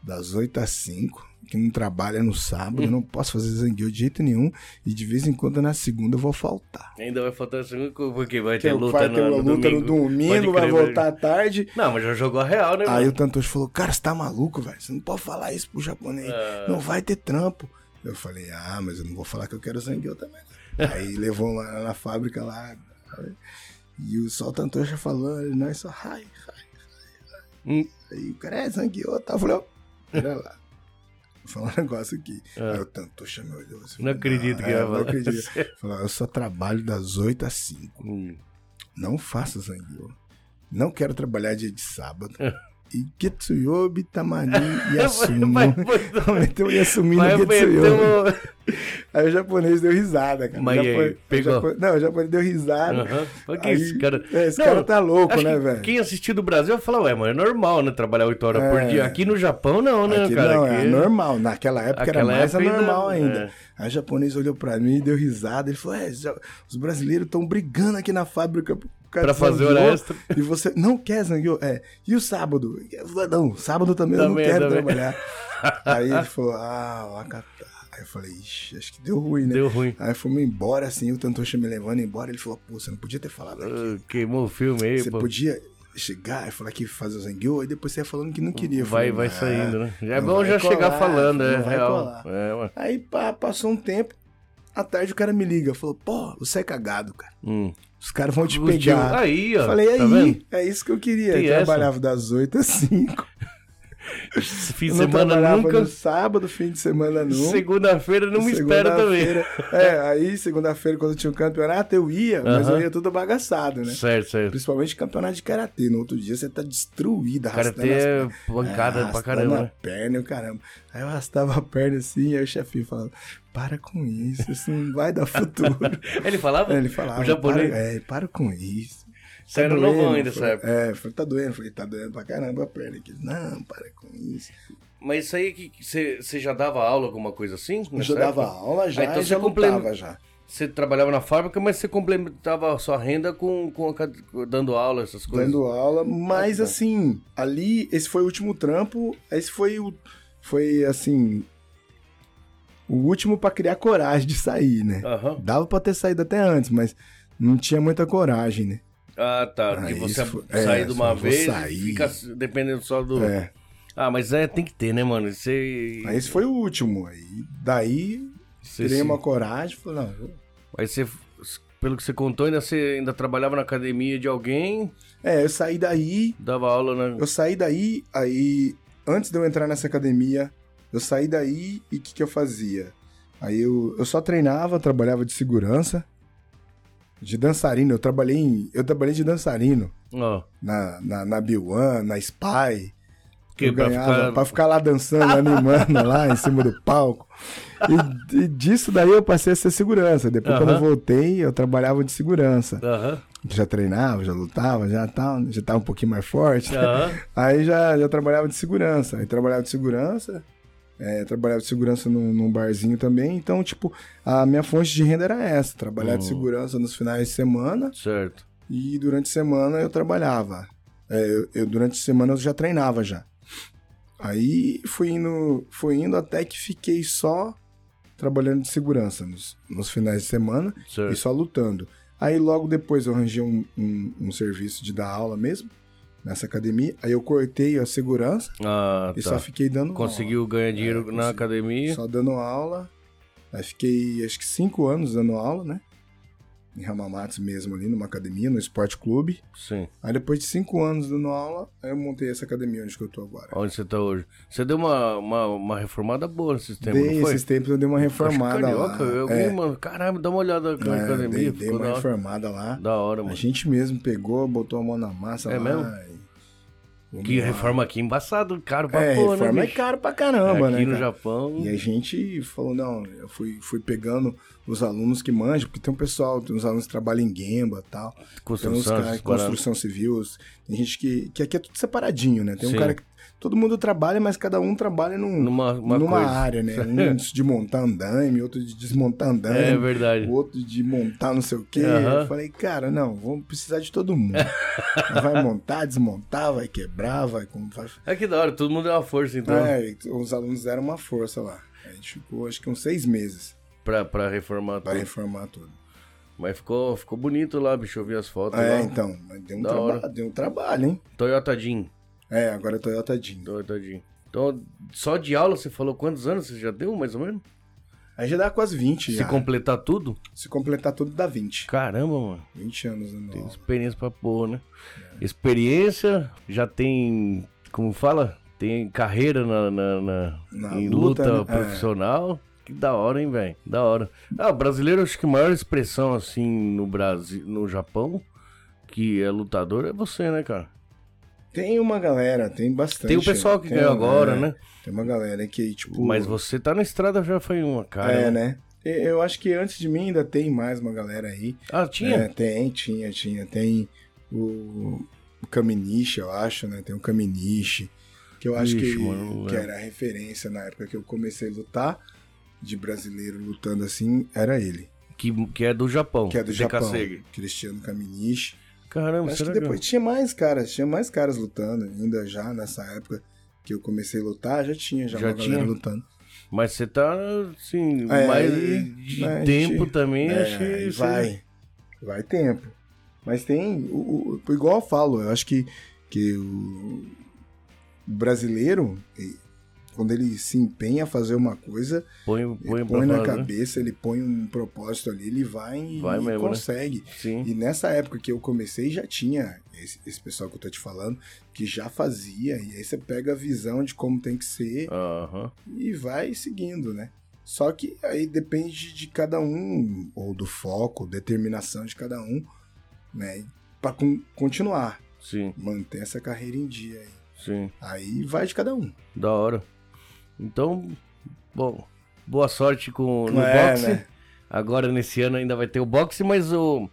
das 8 às 5, que não trabalha no sábado, eu não posso fazer zangueu de jeito nenhum, e de vez em quando na segunda eu vou faltar. Ainda vai faltar a segunda, porque vai ter Porque luta, vai no, ter uma no luta domingo. no domingo, Pode vai crer, mas- voltar à tarde, Não, mas já jogou a real, né? Aí mano? o Tantoshi falou, cara, você tá maluco, velho? Você não pode falar isso pro japonês. É. Não vai ter trampo. Eu falei, ah, mas eu não vou falar que eu quero zangueu também. <laughs> né?" Aí levou lá na fábrica lá. E o só o Tantoshi falando, e nós só, ai, ai, Hum. ai. Aí o cara, é, zangueu, tá? Eu falei, "Ó, pera lá. Vou falar um negócio aqui. Aí o Tantoshi me olhou assim. É. Não acredito que é, vai Não falar acredito. Falou, eu só trabalho das 8 às 5 Hum. não faça zangueiro. Não quero trabalhar dia de sábado. E Ketsuyobi, <laughs> Tamani e Assumo. <laughs> É. Vai- <laughs> Meteu Yasumi vai- no vai ter Ketsuyobi. uma- Aí o japonês deu risada, cara. Mas O e aí, japonês- pegou? o japonês- Não, o japonês deu risada. Aham. Mas que Aí- esse cara... é, esse Não, cara tá louco, acho né, que velho? Quem assistiu do Brasil vai falar, ué, mano, é normal, né? Trabalhar 8 horas por É. dia. Aqui no Japão, não, né, Aqui cara? não, Aqui- é normal. Naquela época Aquela era mais época ainda- anormal ainda. é. Aí o japonês olhou pra mim e deu risada. Ele falou: é, já- os brasileiros estão brigando aqui na fábrica. por causa Pra de fazer hora zangueô, extra." E você não quer zangueô? É. E o sábado? Eu falei, Não, sábado também, eu não Também, quero também. <laughs> trabalhar. Aí ele falou: ah, Wakata. Aí eu falei: ixi, acho que deu ruim, né? Deu ruim. Aí fomos embora assim. O Tantoshi me levando embora. Ele falou: pô, você não podia ter falado aqui. Ah, Queimou o filme aí, Você pô. podia chegar e falar que ia fazer o Zangyo, e depois você ia falando que não queria. Eu Vai, falei, vai "Ah, saindo, né? Já é não bom vai já chegar colar, falando, não é vai real. colar." É, mano. Aí pá, passou um tempo, à tarde o cara me liga, falou, pô, você é cagado, cara. Hum. Os caras vão te O tio- pegar. Aí, ó. Falei, tá aí, vendo? é isso que eu queria. Tem Eu essa. trabalhava das 8 às 5. Fim de não semana trabalhava nunca. no sábado, fim de semana nunca. Segunda-feira não me espera também. Segunda-feira- <laughs> É, aí segunda-feira, quando tinha o campeonato, eu ia, mas Aham. eu ia todo bagaçado, né? Certo, certo. Principalmente campeonato de karatê. No outro dia você tá destruído, O cara arrastando as tem pancada pra arrastando caramba, a né? perna e o caramba. Aí eu arrastava a perna assim, aí o chefinho falava, para com isso, isso não vai <laughs> dar futuro. Ele falava? Aí ele falava, O japonês. para, é, para com isso. Tá Você era doendo." novão ainda, Falei, sabe? É, eu falei, tá doendo. Eu Falei, tá doendo pra caramba a perna. Ele, não, para com isso. Mas isso aí que que você você já dava aula, alguma coisa assim? Eu nessa já dava época? aula já, Ah, então e você já complementa- lutava já. Você trabalhava na fábrica, mas você complementava a sua renda com, com a cad- dando aula, essas coisas. dando aula, mas Ah, tá. assim, ali, esse foi o último trampo, esse foi o. Foi assim. O último pra criar coragem de sair, né? Aham. Dava pra ter saído até antes, mas não tinha muita coragem, né? Ah, tá. Ah, de você isso- sair é, de uma só vou vez e sair. fica dependendo só do. É. Ah, mas é, tem que ter, né, mano? Você. Aí esse foi o último. Aí daí você criei se- uma coragem, falei, não. eu- Aí você. Pelo que você contou, ainda você ainda trabalhava na academia de alguém, É, eu saí daí, dava aula né? na. eu saí daí, aí antes de eu entrar nessa academia, eu saí daí e o que, que eu fazia? Aí eu, eu só treinava, trabalhava de segurança, de dançarino. Eu trabalhei em, eu trabalhei de dançarino Ó. na na, na B1, na Spy. Porque eu pra ganhava pra ficar- ficar... lá dançando, animando lá em cima do palco. E, e disso daí eu passei a ser segurança. Depois, quando eu Aham. voltei, eu trabalhava de segurança. Aham. Já treinava, já lutava, já tal, já tava um pouquinho mais forte. Aham. Aí já, já trabalhava de segurança. Aí trabalhava de segurança, é, trabalhava de segurança num, num barzinho também. Então, tipo, a minha fonte de renda era essa: trabalhar de Hum. segurança nos finais de semana Certo. e durante a semana eu trabalhava. É, eu, eu- durante a semana eu já treinava já. Aí fui indo, fui indo até que fiquei só trabalhando de segurança nos, nos finais de semana e Certo. só lutando. Aí logo depois eu arranjei um, um- um serviço de dar aula mesmo, nessa academia. Aí eu cortei a segurança Ah, e tá. só fiquei dando aula. Conseguiu ganhar dinheiro É, na consegui. academia. Só dando aula. Aí fiquei acho que cinco anos dando aula, né? em Hamamatsu mesmo ali, numa academia, no esporte clube. Sim. Aí depois de cinco anos dando aula, aí eu montei essa academia onde que eu tô agora. Onde você tá hoje? Você deu uma, uma, uma reformada boa no sistema, Dei não foi? esses tempos, eu dei uma reformada Acho que lá. carioca, eu vi, é, mano. Caramba, dá uma olhada na é, academia. dei, dei ficou uma da hora. reformada lá. Da hora, A mano. gente mesmo pegou, botou a mão na massa É lá. mesmo? e- Que reforma aqui embaçado, caro pra É, porra, reforma né, é bicho? É, caro pra caramba, né? Aqui no cara? Japão. E a gente falou, não, eu fui, fui pegando os alunos que manjam, porque tem um pessoal, tem uns alunos que trabalham em Gemba e tal. tem uns Construção, caras essas em paradas. construção civil, os- tem gente que. que aqui é tudo separadinho, né? Tem Sim. um cara que. Todo mundo trabalha, mas cada um trabalha num, Numa- uma numa coisa. área, <laughs> né? Um de montar andaime, outro de desmontar andaime. É verdade. O outro de montar não sei o quê. Aham. Eu falei, cara, não, vamos precisar de <laughs> todo mundo. vai montar, desmontar, vai quebrar, vai. como- vai É que da hora, todo mundo é uma força, então, é, e os alunos deram uma força lá. A gente ficou, acho que uns seis meses pra, pra reformar pra tudo. reformar tudo. Mas ficou, ficou bonito lá, bicho. Eu vi as fotos é, lá. então, mas deu um, Da traba- hora. deu um trabalho, hein? Toyota Jean. É, agora é Toyota Jean. Toyota Jean. Então, só de aula você falou quantos anos você já deu, mais ou menos? Aí já dá quase 20 Se já. completar tudo? Se completar tudo, dá 20. Caramba, mano. 20 anos, né? Tem não. experiência pra porra, né? Experiência, já tem. Como fala? Tem carreira na, na- na- Na em luta, luta, né? profissional. Que da hora, hein, velho? Da hora. Ah, brasileiro, acho que a maior expressão, assim, no Brasil, no Japão, que é lutador, é você, né, cara? Tem uma galera, tem bastante. Tem o pessoal que Tá Tem ganhou uma- agora, é, né? Tem uma galera que, tipo. Mas você tá na estrada já foi uma, cara. É, né? E- Eu acho que antes de mim ainda tem mais uma galera aí. Ah, tinha? É, tem, tinha, tinha. Tem o, o Kaminishi, eu acho, né? Tem o Kaminishi, que eu acho Ixi, que, mano, não que lembro. era a referência na época que eu comecei a lutar, de brasileiro lutando assim, era ele. Que, que é do Japão. Que é do de Japão, Kasegi. Cristiano Kaminishi. Caramba, Acho que será depois tinha mais caras, tinha mais caras lutando, ainda já nessa época que eu comecei a lutar, já tinha já, Já uma galera tinha? lutando. Mas você tá, assim, É, mais aí, de né, a tempo gente- também, É, acho que... aí você- vai. Vai tempo. Mas tem. O, o- igual eu falo, eu acho que, que o, o brasileiro, e- quando ele se empenha a fazer uma coisa, Põe, ele põe pra põe, na fazer. cabeça, ele põe um propósito ali, ele vai e, Vai e mesmo, né? consegue. Sim. E nessa época que eu comecei, já tinha esse, esse pessoal que eu tô te falando, que já fazia, e aí você pega a visão de como tem que ser Aham. e vai seguindo, né? Só que aí depende de cada um, ou do foco, determinação de cada um, né? Pra con- continuar, Sim, manter essa carreira em dia aí. sim. Aí vai de cada um. Da hora. Então, bom, boa sorte com, no É, boxe. né? Agora, nesse ano, ainda vai ter o boxe, mas o...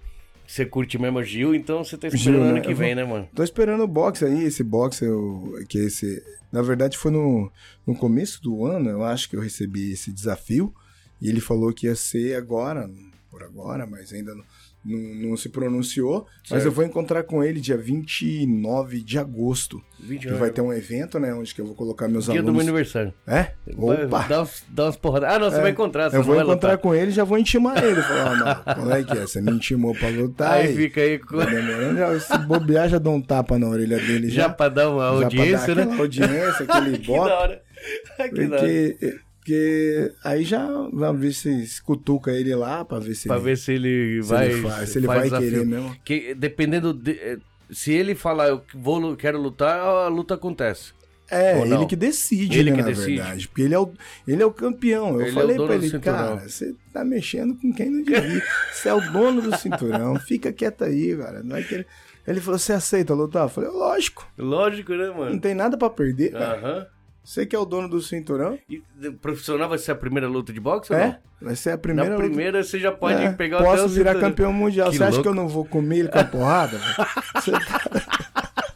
Você curte mesmo o Gil, então você tá esperando Gil, né? ano que Eu vem, né, mano? Tô esperando o boxe aí, esse boxe, eu, que esse. Na verdade, foi no, no começo do ano, eu acho que eu recebi esse desafio. E ele falou que ia ser agora, por agora, mas ainda não, não, não se pronunciou. Mas Certo. eu vou encontrar com ele dia 29 de agosto. 20 Que vai ter um evento, né? Onde que eu vou colocar meus Dia do meu alunos. aniversário. É? Vai- Opa! É. Dá, uns- dá umas porradas. Ah, não, você vai encontrar. Você Eu não vou vai encontrar lutar. com ele e já vou intimar ele. Falar, ó, não, qual é que é? Você me intimou pra lutar. Aí e- fica aí, Tá com- demorando, já- se bobear, já dou um tapa na orelha dele. já Já, pra dar uma já pra dar audiência, né? aquela audiência, <laughs> aquele Que da bota. hora. <laughs> que da hora. Porque, porque aí já vai ver se, se cutuca ele lá pra ver se, Pra ele, ver se ele se vai. ele faz, se ele faz vai desafio. querer mesmo. Que, dependendo. de- eh, se ele falar, eu vou, lu- quero lutar, a luta acontece. É, Ou não? ele que decide, Ele né, que na decide. verdade. Porque ele é o, ele é o campeão. Eu Ele é o falei dono pra do ele, cinturão. cara, você tá mexendo com quem não devia. Você é o dono <laughs> do cinturão, fica quieto aí, cara. Não é que ele... ele falou, você aceita lutar? Eu falei, lógico, Lógico, né, não mano? tem nada pra Ah. perder. Então, cara. Aham. Você que é o dono do cinturão, E de- profissional vai ser a primeira luta de boxe ou é? não? Vai ser a Na primeira luta. primeira você já pode É, pegar até Posso o virar cinturão. campeão mundial. Que você acha que eu louco. <laughs> não vou comer ele com a porrada? velho? Você tá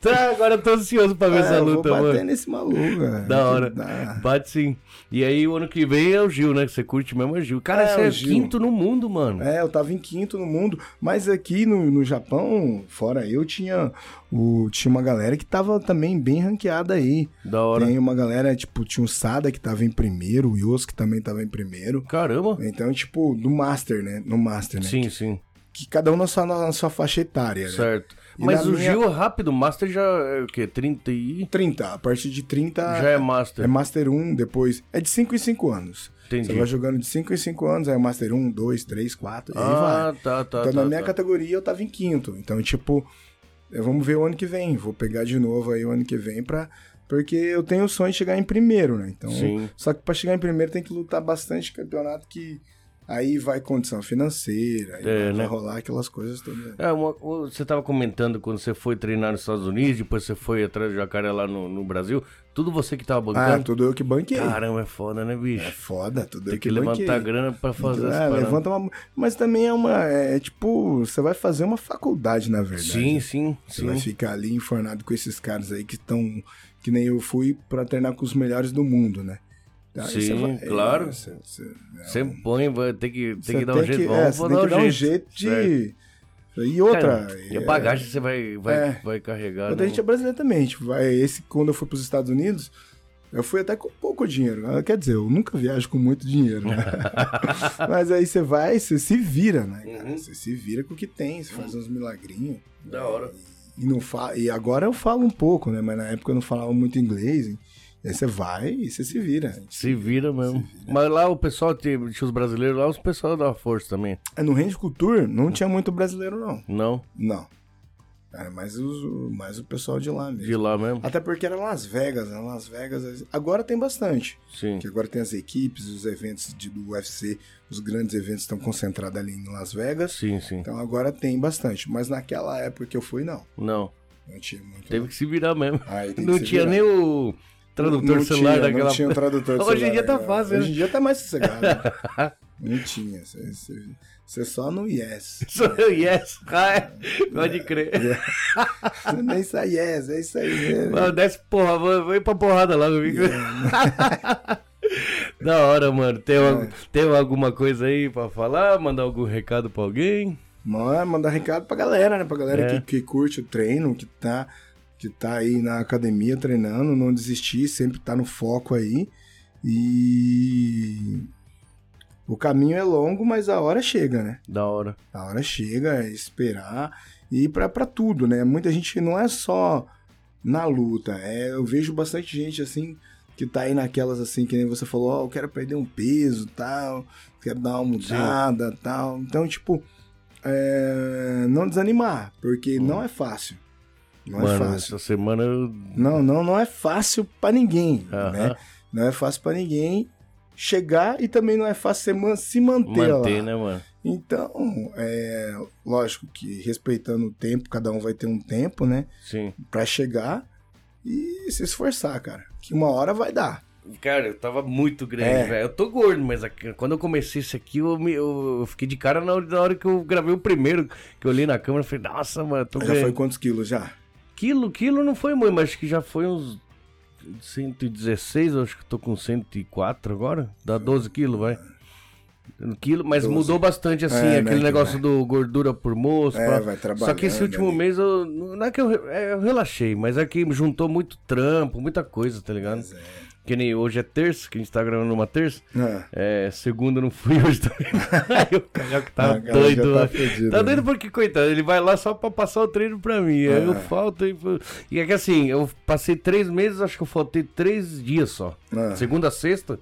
Tá, agora eu tô ansioso pra ver é, essa eu luta, vou bater mano. nesse maluco, cara. É Da hora. Dá. Bate sim. E aí, o ano que vem é o Gil, né? Que você curte mesmo é o Gil. Cara, É, você o é Gil. quinto no mundo, mano. É, eu tava em quinto no mundo, mas aqui no, no Japão, fora eu, tinha, o, tinha uma galera que tava também bem ranqueada aí. Da hora. Tem uma galera, tipo, tinha o Sada que tava em primeiro, o Yosuke também tava em primeiro. Caramba. Então, tipo, no Master, né? No Master, né? Sim, sim. que cada um na sua, na sua faixa etária, né? Certo. E Mas na o minha- Gil é rápido, o Master já é o quê? 30 e. 30, a partir de 30 Já é Master. é Master 1, depois é de 5 em 5 anos. Entendi. Você vai jogando de 5 em 5 anos, aí é Master 1, 2, 3, 4, e aí Ah, vai. tá, tá. então tá, na minha tá. categoria eu tava em quinto, então tipo, eh, vamos ver o ano que vem, vou pegar de novo aí o ano que vem pra... Porque eu tenho o sonho de chegar em primeiro, né? Então, Sim. Só que pra chegar em primeiro tem que lutar bastante campeonato que... Aí vai condição financeira, aí É, vai né? rolar aquelas coisas todas. É, uma- você estava comentando quando você foi treinar nos Estados Unidos, depois você foi atrás do jacaré lá no, no Brasil. Tudo você que tava Ah, bancando. tudo eu que banquei. Caramba, é foda, né, É bicho? foda, tudo Tem eu que que banquei. levantar grana pra fazer Então, essa é, parada. levanta uma. Mas também é uma. É, é tipo, você vai fazer uma faculdade, na verdade. Sim, sim, Você vai sim. ficar ali enfornado com esses caras aí que estão. Que nem eu fui pra treinar com os melhores do mundo, né? Aí Sim, você vai- claro. é, Você, você- é, Você põe, vai ter que, tem você que dar um jeito. é, Vamos você tem que dar um jeito certo. de. E outra. Cara, e a bagagem que você vai, vai, É. vai carregar. Mas né? a gente é brasileiro também. Tipo, vai- esse, quando eu fui para os Estados Unidos, eu fui até com pouco dinheiro. Ah, Quer dizer, eu nunca viajo com muito dinheiro, né? <laughs> Mas aí você vai, você se vira, né? cara? Você se vira com o que tem, você faz uns milagrinhos. Da hora. E, não fa... e agora eu falo um pouco, né? Mas na época eu não falava muito inglês. hein? E aí você vai e você se vira. Se vira mesmo. Mas lá o pessoal, tinha tinha os brasileiros lá, os pessoal dava força também. É, No Range Culture não tinha muito brasileiro, não. Não? Não. Era mais, os, mais o pessoal de lá mesmo. De lá mesmo? Até porque era Las Vegas, né? Las Vegas. Agora tem bastante. Sim. Que agora tem as equipes, os eventos de- do UFC, os grandes eventos estão concentrados ali em Las Vegas. Sim, sim. Então agora tem bastante. Mas naquela época que eu fui, não. Não. Não tinha muito. Teve que se virar mesmo. Aí tem que Não se tinha virar. nem o tradutor não celular tinha, daquela. Não tinha um tradutor <laughs> Hoje em celular, dia tá né? fácil, Hoje né? em dia tá mais sossegado. né? <laughs> não tinha. Você- Você você só no yes. <laughs> Sou eu, <laughs> yes, hi, pode crer. Você nem sai yes, é isso aí. né? Mano, desce porra, vou, vou ir pra porrada lá no bico. É, <laughs> da hora, mano. Tem, al- tem alguma coisa aí pra falar? Mandar algum recado pra alguém? Manda- mandar recado pra galera, né? Pra galera É. que, que curte o treino, que tá, que tá aí na academia treinando, não desistir, sempre tá no foco aí. E o caminho é longo, mas a hora chega, né? Da hora. A hora chega, é esperar e ir pra, pra tudo, né? Muita gente não é só na luta, é, eu vejo bastante gente assim que tá aí naquelas assim, que nem você falou, ó, eu quero perder um peso tal, quero dar uma mudada tal. Então, tipo, é, não desanimar, porque não é fácil. Não é mano, fácil. essa semana eu. Não, não, não é fácil pra ninguém, Aham. né? Não é fácil pra ninguém chegar e também não é fácil você man- se manter, Mantei, lá. né, mano? Então, é lógico que respeitando o tempo, cada um vai ter um tempo, né, Sim. Pra chegar e se esforçar, cara. Que uma hora vai dar. Cara, eu tava muito grande, É. velho. Eu tô gordo, mas aqui- quando eu comecei isso aqui, eu, me- eu- eu fiquei de cara na hora, na hora que eu gravei o primeiro, que eu olhei na câmera e falei, nossa, mano, eu tô Já grande. foi quantos quilos já? Quilo, quilo não foi muito, mas acho que já foi uns 116, eu acho que tô com 104 agora. Dá 12 quilos, vai. Um Quilo, mas 12. mudou bastante assim, É, né, aquele que negócio vai. do gordura por moço. É, pá. vai Só que esse trabalhando último ali. mês eu. Não é que eu, re- é, eu relaxei, mas é que juntou muito trampo, muita coisa, tá ligado? Que nem hoje é terça, que a gente tá gravando numa terça. Ah, É, segunda eu não fui hoje <laughs> também. Aí o Carioca tá Ah, cara, doido. já tá lá. fudido, Tá né? doido porque, coitado, ele vai lá só pra passar o treino pra mim. Aí eu Ah. falto e... e é que assim, eu passei três meses, acho que eu faltei três dias só. Ah. Segunda a sexta,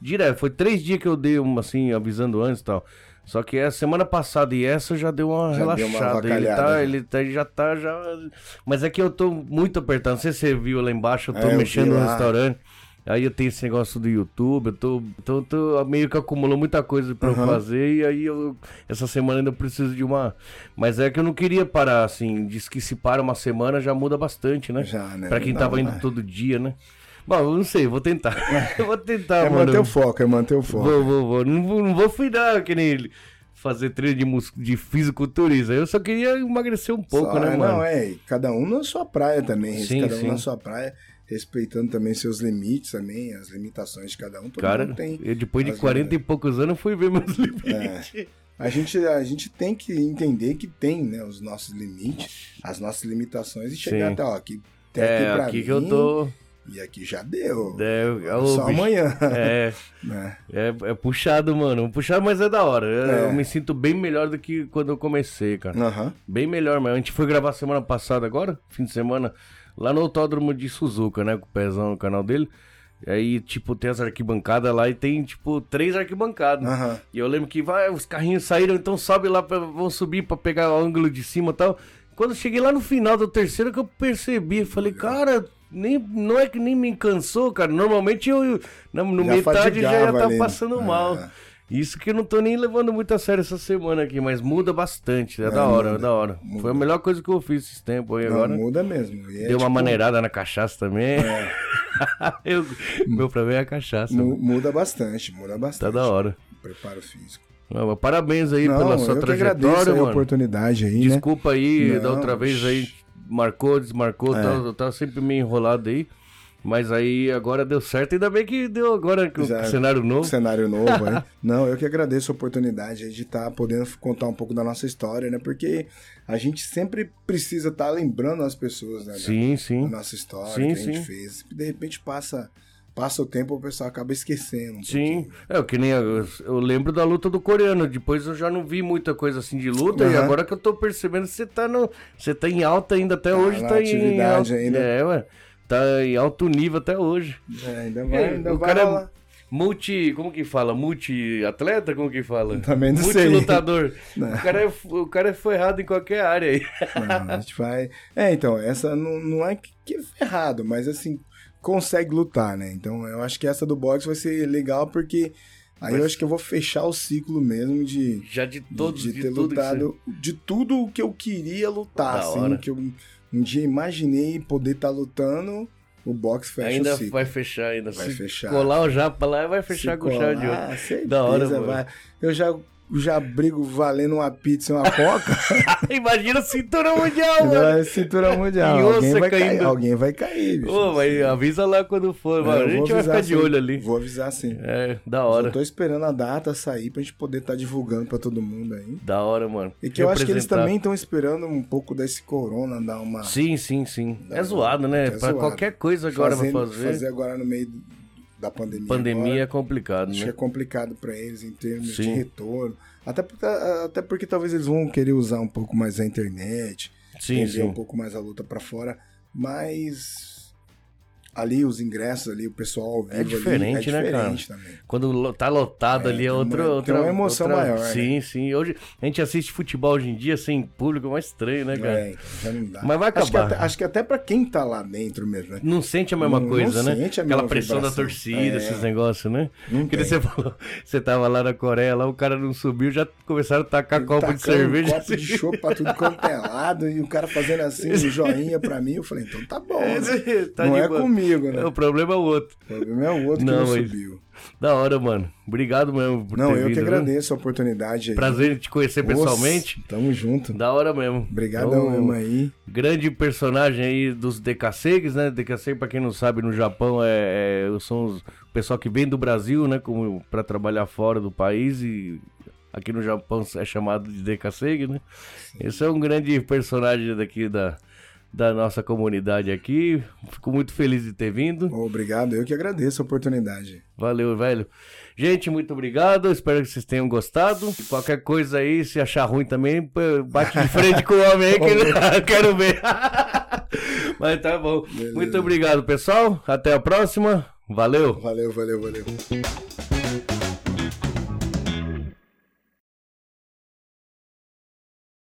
direto. Foi três dias que eu dei uma assim, avisando antes e tal. Só que a semana passada e essa eu já deu uma Já deu uma relaxada. ele, avacalhada, tá, né? ele tá- ele já tá, já. Mas é que eu tô muito apertado. Não sei se você viu lá embaixo, eu tô É, eu vi mexendo no lá. restaurante restaurante. Aí eu tenho esse negócio do YouTube, eu tô, tô, tô meio que acumulou muita coisa pra eu fazer e aí eu essa semana ainda eu preciso de uma, mas é que eu não queria parar assim, diz que se para uma semana já muda bastante, né? Já, né? Pra quem Não, tava indo né? todo dia, né? Bom, eu não sei, vou tentar. <laughs> eu vou tentar, é Ah, mano. manter o foco, é manter o foco. Vou, vou, vou. Não vou, não vou fidar que nem ele. Fazer treino de, mus... de fisiculturismo. Eu só queria emagrecer um pouco, Só- né, é, mano? Não, é, cada um na sua praia também, Sim, cada sim. um na sua praia, respeitando também seus limites também, as limitações de cada um, todo Cara, mundo tem. né? eu depois de as 40 e poucos anos eu fui ver meus <laughs> limites. É. A gente, a gente tem que entender que tem né, os nossos limites, as nossas limitações e chegar Sim. até, ó, aqui, até É, aqui pra aqui mim, que eu tô. E aqui já deu. É, é o Só bicho. amanhã. É, né? é, é puxado, mano. Puxado, mas é da hora. Eu, É. eu me sinto bem melhor do que quando eu comecei, cara. Aham. Bem melhor, mas a gente foi gravar semana passada agora, fim de semana, lá no autódromo de Suzuka, né? Com o Pezão no canal dele. E aí, tipo, tem as arquibancadas lá e tem, tipo, três arquibancadas. Aham. E eu lembro que vai, os carrinhos saíram, então sobe lá, pra, vão subir pra pegar o ângulo de cima e tal. Quando eu cheguei lá no final do terceiro que eu percebi, eu falei, cara, nem, não é que nem me cansou, cara. Normalmente eu, eu- na, no Já metade já ia fadigava estar ali. né?" passando mal. É. Isso que eu não tô nem levando muito a sério essa semana aqui, mas muda bastante. É, da hora, é da hora. Foi a melhor coisa que eu fiz esses tempos aí Não, agora. Então, muda mesmo. E é, Deu uma tipo, É. maneirada na cachaça também. <laughs> Eu- meu problema é a cachaça. mu- Muda bastante, muda Tá bastante. da hora. Preparo físico. Não, mas parabéns aí Não, pela sua eu que agradeço trajetória, aí a mano. oportunidade aí, né? Desculpa aí, Não, É. da outra vez aí, marcou, desmarcou, tal, eu tava sempre meio enrolado aí. Mas aí agora deu certo, ainda bem que deu agora com o Já- cenário Um novo. cenário novo <laughs> aí. Não, eu que agradeço a oportunidade aí de estar podendo contar um pouco da nossa história, né? Porque a gente sempre precisa estar lembrando as pessoas, né? da- Sim, Da sim. nossa história, Uhum. Sim, que a gente sim. fez. De repente passa, passa o tempo, o pessoal acaba esquecendo. um Sim, pouquinho. é o que nem eu, eu lembro da luta do coreano, depois eu já não vi muita coisa assim de luta, e Aham. agora que eu tô percebendo você tá no, você tá em alta ainda até hoje, na tá em atividade alto, ainda. É, ué, tá em alto nível até hoje. É, ainda vai, ainda o vai cara rolar. é multi, como que fala? Multi-atleta, como que fala? <laughs> Também não sei. <laughs> Multilutador. O cara, é, o cara é ferrado em qualquer área aí. <laughs> Não, a gente vai. É, então, essa não, não é que que é ferrado, mas assim, consegue lutar, né? Então eu acho que essa do boxe vai ser legal porque aí eu acho que eu vou fechar o ciclo mesmo de, de- Já de todos, de de, ter tudo que você- lutado, de tudo o que eu queria lutar, Da assim, hora. que eu um dia imaginei poder estar lutando, o boxe fecha ainda o ciclo. vai fechar ainda. Vai Se fechar. colar o japa lá, vai fechar Se com chave de colar, ouro. Ah, certeza, Da hora, mano. vai. Eu já, já brigo valendo uma pizza e uma coca. <laughs> <laughs> Imagina o cinturão mundial, Não, mano. é cintura mundial. E alguém, ossa vai cair, caindo. alguém vai cair, bicho. Ô, mas avisa lá quando for, mano. É, eu A vou gente vai avisar ficar de sim. olho ali. Vou avisar sim. É, da Eu hora. tô esperando a data sair pra gente poder estar divulgando pra todo mundo aí. Da hora, mano. E que eu acho que eles Representar. também estão esperando um pouco desse corona dar uma. Sim, sim, sim. É zoado, né? É pra zoado. qualquer coisa agora vai Fazendo- fazer. agora no meio da pandemia. Pandemia agora. é complicado, Acho que é né? complicado pra eles em termos de Sim. retorno. Até porque, até porque talvez eles vão querer usar um pouco mais a internet, Sim, entender um sim. pouco mais a luta pra fora, mas ali os ingressos ali, o pessoal ao vivo ali, é diferente, né, cara? diferente também. Quando lo- tá lotado É, ali tem é uma- outra, tem outra. uma emoção outra- maior, né? Sim, sim. Hoje, a gente assiste futebol hoje em dia sem público, é mais estranho, né, cara? É, então já não dá. Mas vai Acho que acabar. até, acho que até pra quem tá lá dentro mesmo, né? Não sente a mesma Não- não coisa, né? sente a mesma Aquela pressão da vibração. torcida, É. esses negócios, né? Não Que nem tem. você falou, você tava lá na Coreia, lá o cara não subiu, já começaram a tacar copo de Tacando cerveja. assim. copo de chopp pra tudo quanto é lado e o cara <laughs> fazendo assim, um joinha pra mim. Eu falei, então tá bom. né? Tá não de é boa. comigo, né? É, O problema é o outro. O problema é o outro Não, que não mas- subiu. Da hora, mano. Obrigado mesmo por Não, ter eu que vindo, viu? agradeço a oportunidade. aí. Prazer em te conhecer Nossa, pessoalmente. Tamo junto. Da hora mesmo. Obrigadão, Então, mesmo aí. grande personagem aí dos Decacegues, né? Decaceg, pra quem não sabe, no Japão é, é- são os o pessoal que vem do Brasil, né? Como para trabalhar fora do país e aqui no Japão é chamado de Decaceg, né? Esse é um grande personagem daqui da, da nossa comunidade aqui. Fico muito feliz de ter vindo. Obrigado, eu que agradeço a oportunidade. Valeu, velho. Gente, muito obrigado. Espero que vocês tenham gostado. E Qualquer coisa aí, se achar ruim também, pô, bate de frente com o homem aí que eu quero ver. <laughs> Mas tá bom. Muito obrigado, pessoal. Até a próxima. Valeu. Valeu, valeu, valeu.